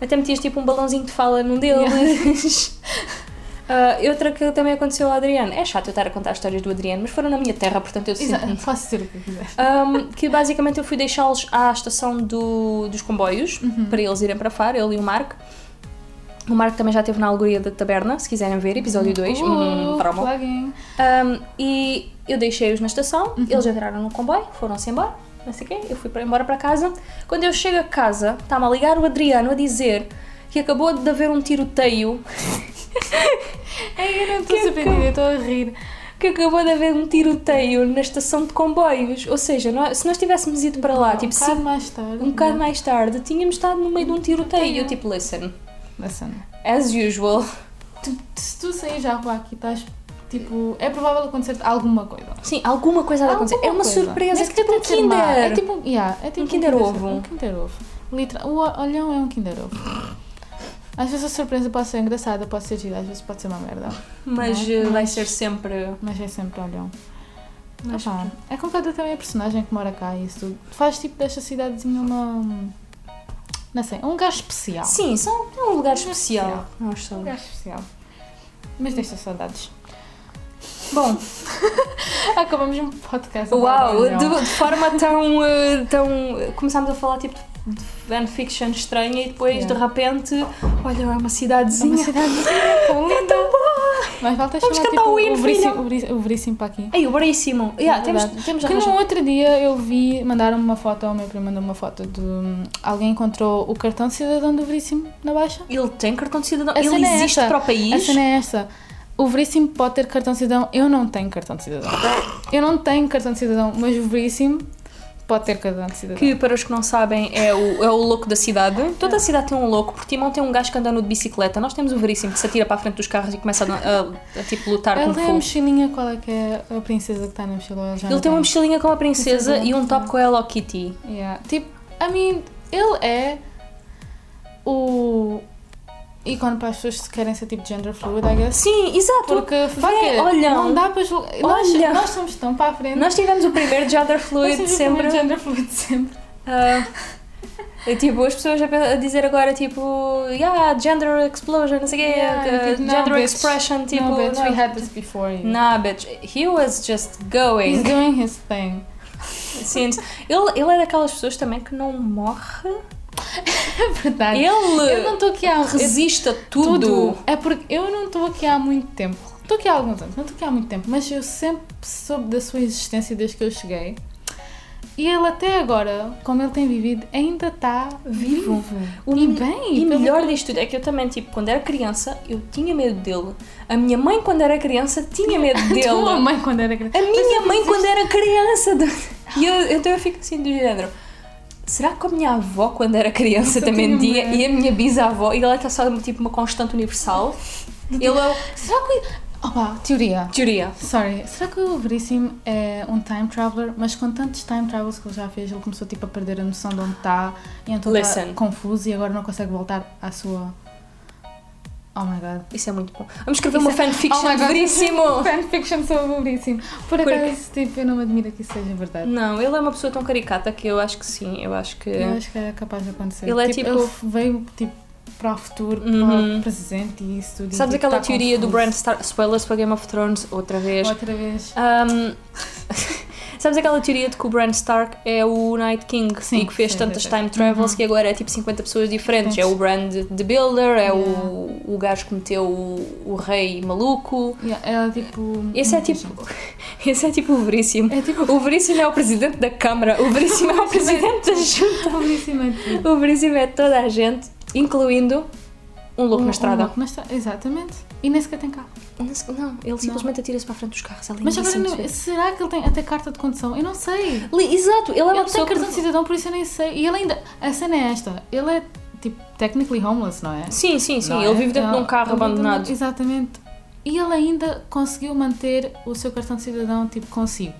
Speaker 4: Até metias tipo um balãozinho de fala num deles. Ah, e outra que também aconteceu ao Adriano. É chato eu estar a contar histórias do Adriano, mas foram na minha terra, portanto eu sinto.
Speaker 3: Exato. Posso dizer o que quiser.
Speaker 4: Ahm, que basicamente eu fui deixá-los à estação do- dos comboios
Speaker 3: Uhum.
Speaker 4: para eles irem para Faro, ele e o Marco. O Marco também já esteve na alegoria da taberna, se quiserem ver, episódio 2.
Speaker 3: Uh,
Speaker 4: Hum, promo.
Speaker 3: plugin.
Speaker 4: Um, e eu deixei-os na estação, eles entraram no comboio, foram-se embora, não sei o quê, eu fui para, embora para casa. Quando eu chego a casa, está-me a ligar o Adriano a dizer que acabou de haver um tiroteio,
Speaker 3: Ai, eu não estou surpreendida, eu estou a rir.
Speaker 4: que acabou de haver um tiroteio na estação de comboios. Ou seja, nós- se nós tivéssemos ido para lá, tipo,
Speaker 3: um
Speaker 4: se-
Speaker 3: bocado mais tarde.
Speaker 4: um bocado mais tarde, tínhamos estado no meio de um tiroteio. E eu, tipo, listen,
Speaker 3: Listen.
Speaker 4: as usual.
Speaker 3: Tu, se tu saís já rua aqui, estás. Tipo, é provável acontecer alguma coisa.
Speaker 4: Sim, alguma coisa há de acontecer. É
Speaker 3: Alguma
Speaker 4: uma
Speaker 3: coisa.
Speaker 4: surpresa,
Speaker 3: Nem
Speaker 4: é tipo um
Speaker 3: sequer tem de ser
Speaker 4: Kinder.
Speaker 3: má. É tipo, um- yeah, é tipo
Speaker 4: Um Kinder Ovo.
Speaker 3: Um Kinder Ovo. Literal, o o- olhão é um Kinder Ovo. Às vezes a surpresa pode ser engraçada, pode ser gira, às vezes pode ser uma merda.
Speaker 4: Mas
Speaker 3: Né?
Speaker 4: eh, vai
Speaker 3: Mas-
Speaker 4: ser sempre.
Speaker 3: Mas é sempre olhão.
Speaker 4: Mas
Speaker 3: Epá, é complicado também a personagem que mora cá e isso tudo. Faz tipo desta cidadezinha uma. Não sei, um lugar especial.
Speaker 4: Sim, são, é um lugar
Speaker 3: especial.
Speaker 4: especial. Nós
Speaker 3: Um
Speaker 4: somos.
Speaker 3: lugar especial. Mas deixa saudades.
Speaker 4: Bom,
Speaker 3: Acabamos um podcast. a falar
Speaker 4: uau,
Speaker 3: de olhão.
Speaker 4: de, de forma tão, eh, tão. eh, Começámos a falar tipo de fanfiction estranha e depois
Speaker 3: Yeah.
Speaker 4: de repente, olha, é uma
Speaker 3: É uma
Speaker 4: cidadezinha.
Speaker 3: cidadezinha tão linda.
Speaker 4: É tão boa!
Speaker 3: Mas falta
Speaker 4: Vamos
Speaker 3: chamar
Speaker 4: cantar
Speaker 3: tipo,
Speaker 4: o hino,
Speaker 3: o, veríssimo,
Speaker 4: filha.
Speaker 3: o, veríssimo, o veríssimo para aqui.
Speaker 4: Ei, o Braíssimo. Yeah, temos,
Speaker 3: É Verdade.
Speaker 4: temos
Speaker 3: Que no
Speaker 4: arranjado.
Speaker 3: outro dia eu vi, mandaram-me uma foto, o meu primo mandou uma foto de hum, alguém encontrou o cartão de cidadão do Veríssimo na Baixa.
Speaker 4: Ele tem cartão de cidadão.
Speaker 3: A
Speaker 4: Ele
Speaker 3: cena é
Speaker 4: existe
Speaker 3: esta.
Speaker 4: para o
Speaker 3: A
Speaker 4: país.
Speaker 3: cena é esta. O Veríssimo pode ter cartão de cidadão. Eu não tenho cartão de cidadão. Eu não tenho cartão de cidadão, mas o Veríssimo pode ter cartão de cidadão.
Speaker 4: Que para os que não sabem é o, é o louco da cidade.
Speaker 3: É.
Speaker 4: Toda a cidade tem um louco, Portimão tem um gajo que anda no de bicicleta. Nós temos o veríssimo que se atira para a frente dos carros e começa a, a- a, tipo lutar
Speaker 3: Ele
Speaker 4: com
Speaker 3: tem a
Speaker 4: fogo.
Speaker 3: mochilinha, qual é que é a princesa que está na mochila? já
Speaker 4: Ele
Speaker 3: não
Speaker 4: tem uma mochilinha com a
Speaker 3: é
Speaker 4: princesa
Speaker 3: Princesa
Speaker 4: e um
Speaker 3: Leonor.
Speaker 4: top com a Hello Kitty.
Speaker 3: Yeah. Tipo, I mean, ele é o ícone para as pessoas que querem ser tipo gender fluid, I guess.
Speaker 4: Sim, exato.
Speaker 3: Porque, fuck
Speaker 4: Vem,
Speaker 3: it,
Speaker 4: olham.
Speaker 3: não dá para julgar. Nós,
Speaker 4: Olham.
Speaker 3: nós somos tão para a frente.
Speaker 4: Nós tivemos o primeiro gender
Speaker 3: Nós
Speaker 4: fluid
Speaker 3: somos o
Speaker 4: sempre.
Speaker 3: primeiro é gender fluid sempre.
Speaker 4: Ah, é tipo, as pessoas a pe- a dizer agora, tipo, yeah, gender explosion, não sei o quê,
Speaker 3: Yeah,
Speaker 4: que-
Speaker 3: tipo, no,
Speaker 4: gender
Speaker 3: bitch.
Speaker 4: expression, tipo,
Speaker 3: no, bitch, we
Speaker 4: não.
Speaker 3: had this before. you.
Speaker 4: Nah, bitch, he was just
Speaker 3: He's
Speaker 4: going.
Speaker 3: doing his thing.
Speaker 4: Sim, ele, ele é daquelas pessoas também que não morre.
Speaker 3: É verdade. Eu não
Speaker 4: Ele
Speaker 3: estou aqui há
Speaker 4: resiste a
Speaker 3: eu-
Speaker 4: tudo.
Speaker 3: É porque eu não estou aqui há muito tempo. Estou aqui há alguns anos, não estou aqui há muito tempo, mas eu sempre soube da sua existência desde que eu cheguei. E ele até agora, como ele tem vivido, ainda está vivo.
Speaker 4: O
Speaker 3: e
Speaker 4: me-
Speaker 3: bem,
Speaker 4: E
Speaker 3: pelo-
Speaker 4: melhor disto tudo é que eu também, tipo, quando era criança, eu tinha medo dele. A minha mãe, quando era criança, tinha medo dele.
Speaker 3: a tua mãe quando era criança.
Speaker 4: A minha mãe quando era criança. E eu, então eu fico assim do género. Será que a minha avó quando era criança
Speaker 3: Só
Speaker 4: também
Speaker 3: tinha
Speaker 4: dia
Speaker 3: mulher.
Speaker 4: e a minha bisavó e ela está só tipo uma constante universal? Ele é o-
Speaker 3: Será que. Opa, teoria.
Speaker 4: teoria.
Speaker 3: Sorry, será que o Veríssimo é um time traveler? Mas com tantos time travels que ele já fez, ele começou tipo a perder a noção de onde está e então está
Speaker 4: Listen.
Speaker 3: confuso e agora não consegue voltar à sua. Oh my god.
Speaker 4: Isso é muito bom. Vamos escrever uma fanfiction
Speaker 3: my
Speaker 4: oh
Speaker 3: God.
Speaker 4: veríssimo.
Speaker 3: Fanfiction sobre o Veríssimo. Por
Speaker 4: Porque-
Speaker 3: acaso, tipo, eu não me admiro que isso seja verdade.
Speaker 4: Não, ele é uma pessoa tão caricata que eu acho que sim, eu acho que
Speaker 3: Eu acho que é capaz de acontecer.
Speaker 4: Ele é tipo- Uhum.
Speaker 3: Ele veio tipo para o futuro, para o presente e isso tudo. e
Speaker 4: Sabes
Speaker 3: tipo,
Speaker 4: aquela
Speaker 3: tá
Speaker 4: teoria do
Speaker 3: confuso.
Speaker 4: Bran Stark? Spoilers para Game of Thrones, outra vez.
Speaker 3: Outra vez.
Speaker 4: Ahm, sabes aquela teoria de que o Bran Stark é o Night King
Speaker 3: Sim,
Speaker 4: e que fez
Speaker 3: sim,
Speaker 4: tantas
Speaker 3: sim. Uhum.
Speaker 4: time travels que agora é tipo 50 pessoas diferentes? É o Bran de, de Builder, é o, o gajo que meteu o, o rei maluco.
Speaker 3: Yeah, ela tipo.
Speaker 4: Esse é
Speaker 3: muita
Speaker 4: tipo.
Speaker 3: gente.
Speaker 4: Esse é tipo o Veríssimo.
Speaker 3: É tipo-
Speaker 4: O Veríssimo é o presidente da Câmara, o Veríssimo é o presidente da Junta,
Speaker 3: Pobríssima, tipo,
Speaker 4: o Veríssimo é toda a gente, incluindo um louco
Speaker 3: um-
Speaker 4: na
Speaker 3: um
Speaker 4: estrada.
Speaker 3: louco na estrada. Exatamente. E nem sequer tem carro.
Speaker 4: Não, ele simplesmente atira-se para a frente dos carros. É
Speaker 3: Mas agora,
Speaker 4: lindíssimo
Speaker 3: não-
Speaker 4: de ver.
Speaker 3: será que ele tem até carta de condução? Eu não sei.
Speaker 4: Li- Exato, ele é uma
Speaker 3: Ele tem
Speaker 4: pessoa que-
Speaker 3: cartão de cidadão, por isso eu nem sei. E ele ainda. A cena é esta. Ele é, tipo, technically homeless, não é?
Speaker 4: Sim, sim, sim.
Speaker 3: Não
Speaker 4: ele
Speaker 3: é?
Speaker 4: vive dentro de um
Speaker 3: Ele-
Speaker 4: carro
Speaker 3: ele vive dentro de um-
Speaker 4: abandonado.
Speaker 3: Exatamente. E ele ainda conseguiu manter o seu cartão de cidadão, tipo, consigo.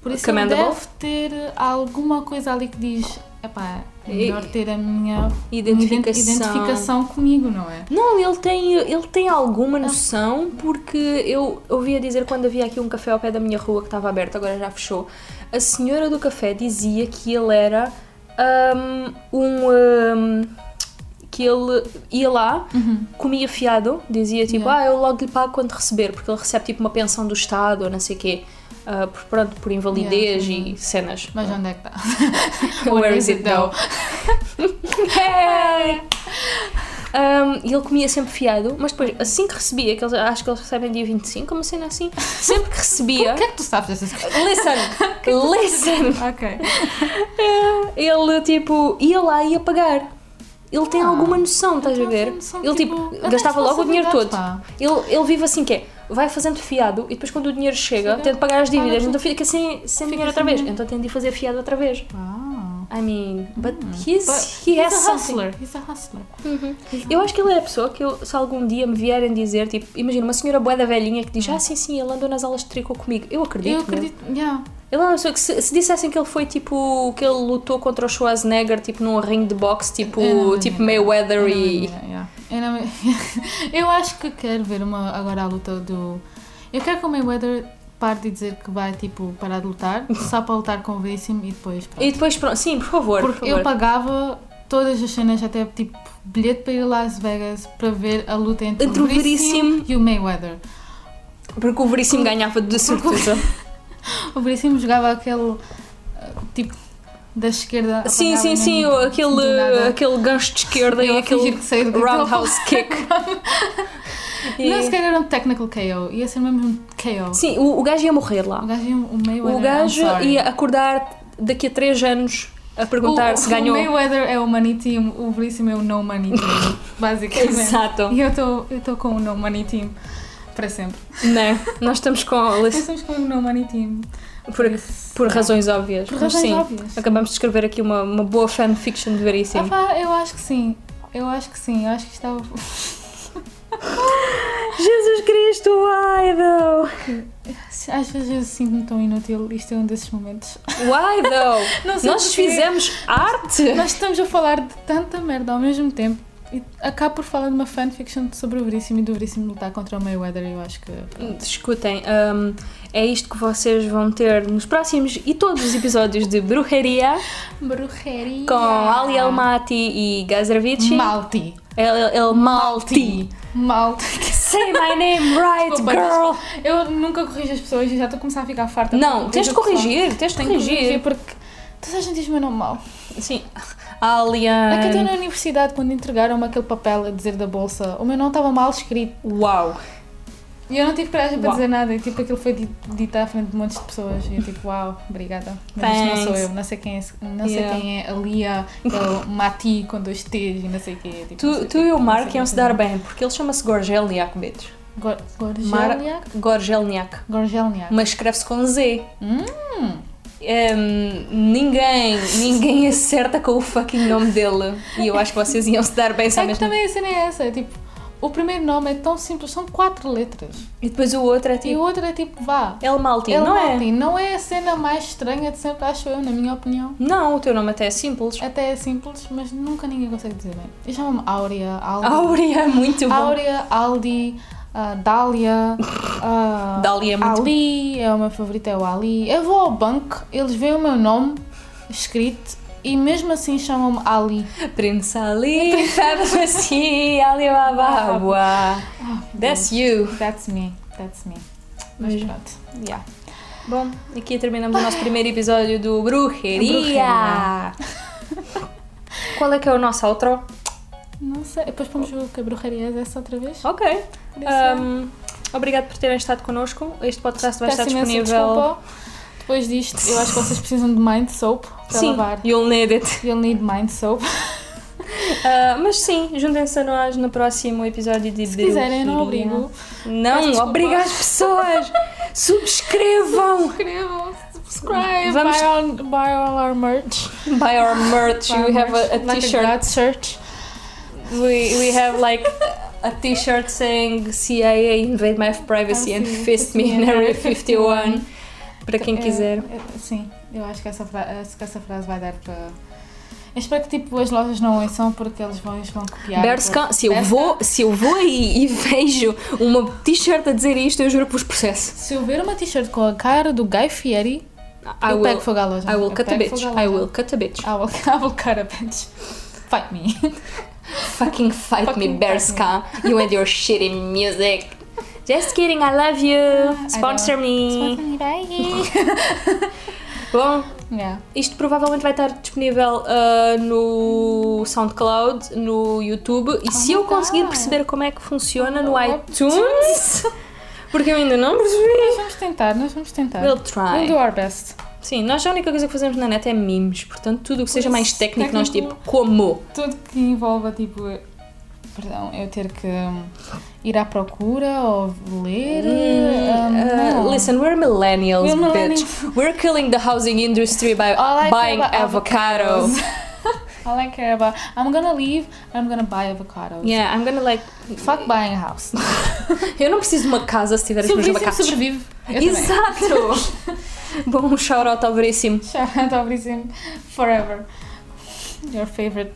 Speaker 3: Por isso ele
Speaker 4: Commendable.
Speaker 3: deve ter alguma coisa ali que diz: epá, é melhor
Speaker 4: E-
Speaker 3: ter a minha
Speaker 4: Identificação.
Speaker 3: ident- identificação Ah. comigo, não é?
Speaker 4: Não, ele tem, ele tem alguma noção, porque eu ouvia dizer quando havia aqui um café ao pé da minha rua que estava aberto, agora já fechou. A senhora do café dizia que ele era hum, um. hum, que ele ia lá, comia fiado, dizia tipo,
Speaker 3: Uhum. Yeah.
Speaker 4: ah, eu logo lhe pago quando receber, porque ele recebe tipo uma pensão do Estado ou não sei o quê, ah, por, pronto, por invalidez
Speaker 3: Yeah,
Speaker 4: e cenas.
Speaker 3: Mas onde é que está?
Speaker 4: Where is it now? Hey! Um, É. e ele comia sempre fiado, mas depois, assim que recebia, que eles, acho que eles recebem dia 25, uma cena assim, sempre que recebia.
Speaker 3: O que é que tu sabes dessas coisas?
Speaker 4: Listen! Listen!
Speaker 3: Ok. Então,
Speaker 4: Ele tipo ia lá e ia pagar. Ele tem alguma noção, estás
Speaker 3: ele
Speaker 4: a
Speaker 3: tem
Speaker 4: ver?
Speaker 3: noção,
Speaker 4: ele
Speaker 3: tipo,
Speaker 4: tipo,
Speaker 3: ele tem
Speaker 4: gastava logo o dinheiro todo.
Speaker 3: responsabilidade,
Speaker 4: Ele, ele vive assim que é, vai fazendo fiado e depois quando o dinheiro chega,
Speaker 3: Chega,
Speaker 4: tem de pagar as
Speaker 3: paga
Speaker 4: dívidas,
Speaker 3: tudo.
Speaker 4: então fica sem, sem dinheiro outra
Speaker 3: sem
Speaker 4: vez.
Speaker 3: dinheiro.
Speaker 4: Então tem de fazer fiado outra vez.
Speaker 3: Wow.
Speaker 4: I mean, but he's, he
Speaker 3: he's a
Speaker 4: has something.
Speaker 3: hustler. He's a hustler.
Speaker 4: Eu acho que ele é a pessoa que eu- se algum dia me vierem dizer, tipo, imagina uma senhora boeda velhinha que diz, ah sim, sim, ele andou nas aulas de tricô comigo. Eu acredito.
Speaker 3: Eu
Speaker 4: meu.
Speaker 3: acredito. Yeah.
Speaker 4: Ele é uma pessoa que se, se dissessem que ele foi tipo, que ele lutou contra o Schwarzenegger, tipo, num ringue de boxe, tipo,
Speaker 3: Eu não
Speaker 4: tipo
Speaker 3: imagino.
Speaker 4: Mayweather
Speaker 3: Eu não
Speaker 4: e.
Speaker 3: imagino, yeah. Eu, não me- Eu acho que quero ver uma, agora a luta do. Eu quero que o Mayweather pare de dizer que vai tipo parar de lutar, só para lutar com o Veríssimo e depois. pronto.
Speaker 4: E depois, pronto, sim, por favor. por
Speaker 3: Porque
Speaker 4: favor.
Speaker 3: eu pagava todas as cenas, até tipo bilhete para ir a Las Vegas para ver a luta entre,
Speaker 4: Entre o
Speaker 3: o Veríssimo,
Speaker 4: Veríssimo.
Speaker 3: e o Mayweather.
Speaker 4: Porque o Veríssimo ganhava de certeza.
Speaker 3: O Veríssimo jogava aquele uh, tipo da esquerda.
Speaker 4: sim,
Speaker 3: apanhava
Speaker 4: sim, sim,
Speaker 3: mesmo, assim, do
Speaker 4: aquele, eh,
Speaker 3: nada.
Speaker 4: aquele gancho de esquerda
Speaker 3: Eu
Speaker 4: e
Speaker 3: a fingir
Speaker 4: aquele
Speaker 3: que saiu do
Speaker 4: roundhouse kick. E-
Speaker 3: Não, se calhar era um technical KO, ia ser mesmo um KO.
Speaker 4: é- Sim, o, o gajo ia morrer lá.
Speaker 3: O gajo ia o Mayweather.
Speaker 4: O
Speaker 3: I'm
Speaker 4: gajo
Speaker 3: sorry.
Speaker 4: ia acordar daqui a 3 anos a perguntar
Speaker 3: O-
Speaker 4: se ganhou.
Speaker 3: O Mayweather é o money team, o Veríssimo é o no money team, basicamente.
Speaker 4: Exato.
Speaker 3: E eu estou eu tô com o no money team para sempre.
Speaker 4: Não, nós estamos com
Speaker 3: Nós estamos com o no money team.
Speaker 4: por,
Speaker 3: isso.
Speaker 4: por razões óbvias.
Speaker 3: Por
Speaker 4: mas
Speaker 3: razões
Speaker 4: sim,
Speaker 3: óbvias.
Speaker 4: acabamos de escrever aqui uma, uma boa fanfiction de
Speaker 3: Ah,
Speaker 4: Veríssimo.
Speaker 3: pá, eu acho que sim. Eu acho que sim, eu acho que é estava. Ah,
Speaker 4: Jesus Cristo, why though?
Speaker 3: Às vezes eu sinto-me tão inútil, isto é um desses momentos.
Speaker 4: Why though?
Speaker 3: Não sei
Speaker 4: nós
Speaker 3: porquê.
Speaker 4: fizemos arte?
Speaker 3: Nós estamos a falar de tanta merda ao mesmo tempo e acabo por falar de uma fanfiction sobre o Veríssimo e do Veríssimo lutar contra o Mayweather. Eu acho que.
Speaker 4: Escutem, hum, é isto que vocês vão ter nos próximos e todos os episódios de Bruxaria
Speaker 3: Brujeria.
Speaker 4: com Ali Almati e Gazervici.
Speaker 3: Malti.
Speaker 4: El, el Malti.
Speaker 3: Malti.
Speaker 4: Say my name right,
Speaker 3: Desculpa,
Speaker 4: girl!
Speaker 3: Eu nunca corrijo as pessoas e já estou a começar a ficar farta.
Speaker 4: Não, tens de
Speaker 3: Vejo o pessoal.
Speaker 4: corrigir, tens de
Speaker 3: Tenho que corrigir
Speaker 4: corrigir.
Speaker 3: porque toda a gente diz o meu nome mal.
Speaker 4: Sim.
Speaker 3: É que até
Speaker 4: Alien.
Speaker 3: na universidade, quando entregaram-me aquele papel a dizer da bolsa, o meu nome estava mal escrito.
Speaker 4: Uau.
Speaker 3: E eu não tive coragem para
Speaker 4: Uau.
Speaker 3: dizer nada. E tipo, aquilo foi di- dito à frente de montes de pessoas. E eu tipo, uau, obrigada. Mas isto não sou
Speaker 4: Thanks.
Speaker 3: eu, não sei quem é, esse- não
Speaker 4: Yeah.
Speaker 3: sei quem é a Lia, é o Mati com dois T's e não sei o quê. Tipo, não sei
Speaker 4: Tu, tu
Speaker 3: quê,
Speaker 4: e
Speaker 3: não
Speaker 4: o Mark
Speaker 3: sei
Speaker 4: iam
Speaker 3: quê.
Speaker 4: se dar bem, porque ele chama-se Gorgel Niakbetes.
Speaker 3: Gor-
Speaker 4: Mar-
Speaker 3: Gorgelniak?
Speaker 4: Gorgelniak.
Speaker 3: Gorgelniak.
Speaker 4: Mas escreve-se com Z. Hum, ninguém, ninguém acerta com o fucking nome dele. E eu acho que vocês iam se dar bem só
Speaker 3: É que
Speaker 4: mesmo.
Speaker 3: também a cena é essa, é tipo, o primeiro nome é tão simples, são quatro letras.
Speaker 4: E depois o outro é
Speaker 3: E o
Speaker 4: tipo.
Speaker 3: outro é tipo, vá.
Speaker 4: El Malti,
Speaker 3: El
Speaker 4: não é?
Speaker 3: Maltin. Não é a cena mais estranha de sempre, acho eu, na minha opinião.
Speaker 4: Não, o teu nome até é simples.
Speaker 3: Até é simples, mas nunca ninguém consegue dizer bem. Eu chamo-me Áurea, Aldi.
Speaker 4: Áurea é muito bom.
Speaker 3: Áurea, Aldi, ah, Dália. ah,
Speaker 4: Dália é muito
Speaker 3: Ali, é o meu favorito, é o Ali. Eu vou ao banco, eles veem o meu nome escrito e mesmo assim chamam-me Ali.
Speaker 4: Prince Ali, Fabulously, Alibaba. Uá. That's you.
Speaker 3: That's me, that's me. Mas
Speaker 4: Mesmo.
Speaker 3: pronto, yeah.
Speaker 4: Bom, aqui terminamos o nosso primeiro episódio do Bruxeria. Qual é que é o nosso outro?
Speaker 3: Não sei, depois pomos o que a bruxaria é essa outra vez.
Speaker 4: Ok. Ahm, obrigado por terem estado connosco. Este podcast vai estar
Speaker 3: Peço imensa
Speaker 4: disponível.
Speaker 3: desculpa. Depois disto, eu acho que vocês precisam de mind soap para
Speaker 4: Sim,
Speaker 3: lavar.
Speaker 4: you'll need it.
Speaker 3: You'll need mind soap.
Speaker 4: Ah, mas sim, juntem-se a nós no próximo episódio de
Speaker 3: Se quiserem, não
Speaker 4: Bruxaria.
Speaker 3: obrigo. Peço
Speaker 4: Não,
Speaker 3: desculpa.
Speaker 4: obriga as pessoas. Subscrevam.
Speaker 3: Inscrevam, subscribe,
Speaker 4: Vamos-
Speaker 3: buy, on, buy all our merch.
Speaker 4: Buy our merch.
Speaker 3: Buy
Speaker 4: we
Speaker 3: our
Speaker 4: have a,
Speaker 3: merch,
Speaker 4: a
Speaker 3: like
Speaker 4: t-shirt.
Speaker 3: God shirt.
Speaker 4: we, we have like a t-shirt saying CIA invade my privacy and
Speaker 3: Privacy,
Speaker 4: fist me in
Speaker 3: yeah,
Speaker 4: Area
Speaker 3: 51.
Speaker 4: 51 para quem
Speaker 3: É,
Speaker 4: quiser.
Speaker 3: é, sim, eu acho que essa, fra- acho que essa frase vai dar para. Eu espero que tipo, as lojas não ouçam porque eles vão, eles vão copiar.
Speaker 4: Bershka, se eu
Speaker 3: Bershka.
Speaker 4: vou, se eu vou aí e vejo uma t-shirt a dizer isto, eu juro por processo.
Speaker 3: Se eu ver uma t-shirt com a cara do Guy Fieri,
Speaker 4: I
Speaker 3: eu
Speaker 4: will,
Speaker 3: pego fogo à loja.
Speaker 4: I will
Speaker 3: Eu
Speaker 4: cut a
Speaker 3: pego
Speaker 4: bitch.
Speaker 3: fogo à
Speaker 4: I
Speaker 3: loja.
Speaker 4: will cut a bitch.
Speaker 3: I will, I will cut a bitch. Fight me.
Speaker 4: Fucking fight me,
Speaker 3: Fucking
Speaker 4: Berska. you and your shitty music. Just kidding, I love you. Sponsor me. Bom,
Speaker 3: yeah.
Speaker 4: Isto provavelmente vai estar disponível ah, no SoundCloud, no YouTube e se
Speaker 3: Oh my
Speaker 4: eu conseguir
Speaker 3: God.
Speaker 4: perceber como é que funciona no
Speaker 3: Oh,
Speaker 4: iTunes, porque eu ainda não percebi.
Speaker 3: Nós vamos tentar, nós vamos tentar.
Speaker 4: We'll
Speaker 3: We'll do
Speaker 4: try.
Speaker 3: our best.
Speaker 4: Sim, nós a única coisa que fazemos na net é memes, portanto tudo o que seja
Speaker 3: Pois,
Speaker 4: mais técnico, nós
Speaker 3: técnico.
Speaker 4: tipo, como?
Speaker 3: Tudo que envolva, tipo, perdão, eu ter que hum, ir à procura ou ler. hum,
Speaker 4: Ah,
Speaker 3: não.
Speaker 4: listen, we're millennials,
Speaker 3: We're
Speaker 4: bitch. We're killing the housing industry by
Speaker 3: All I care
Speaker 4: buying
Speaker 3: about
Speaker 4: avocado.
Speaker 3: All I care about, I'm gonna leave and I'm gonna buy avocados.
Speaker 4: Yeah, I'm gonna like.
Speaker 3: Fuck buying a house.
Speaker 4: Eu não preciso de uma casa se tiver os meus
Speaker 3: Sobrevive,
Speaker 4: abacates.
Speaker 3: sobrevive. Eu também.
Speaker 4: Exato! Bom, um shout-out ao Veríssimo.
Speaker 3: Shout out to Brizim então, forever. Your favorite,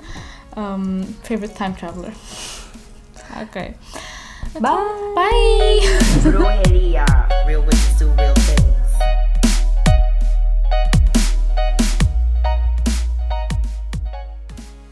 Speaker 3: um, favorite time traveler. Okay.
Speaker 4: Bye!
Speaker 3: Bye.
Speaker 2: Brujería.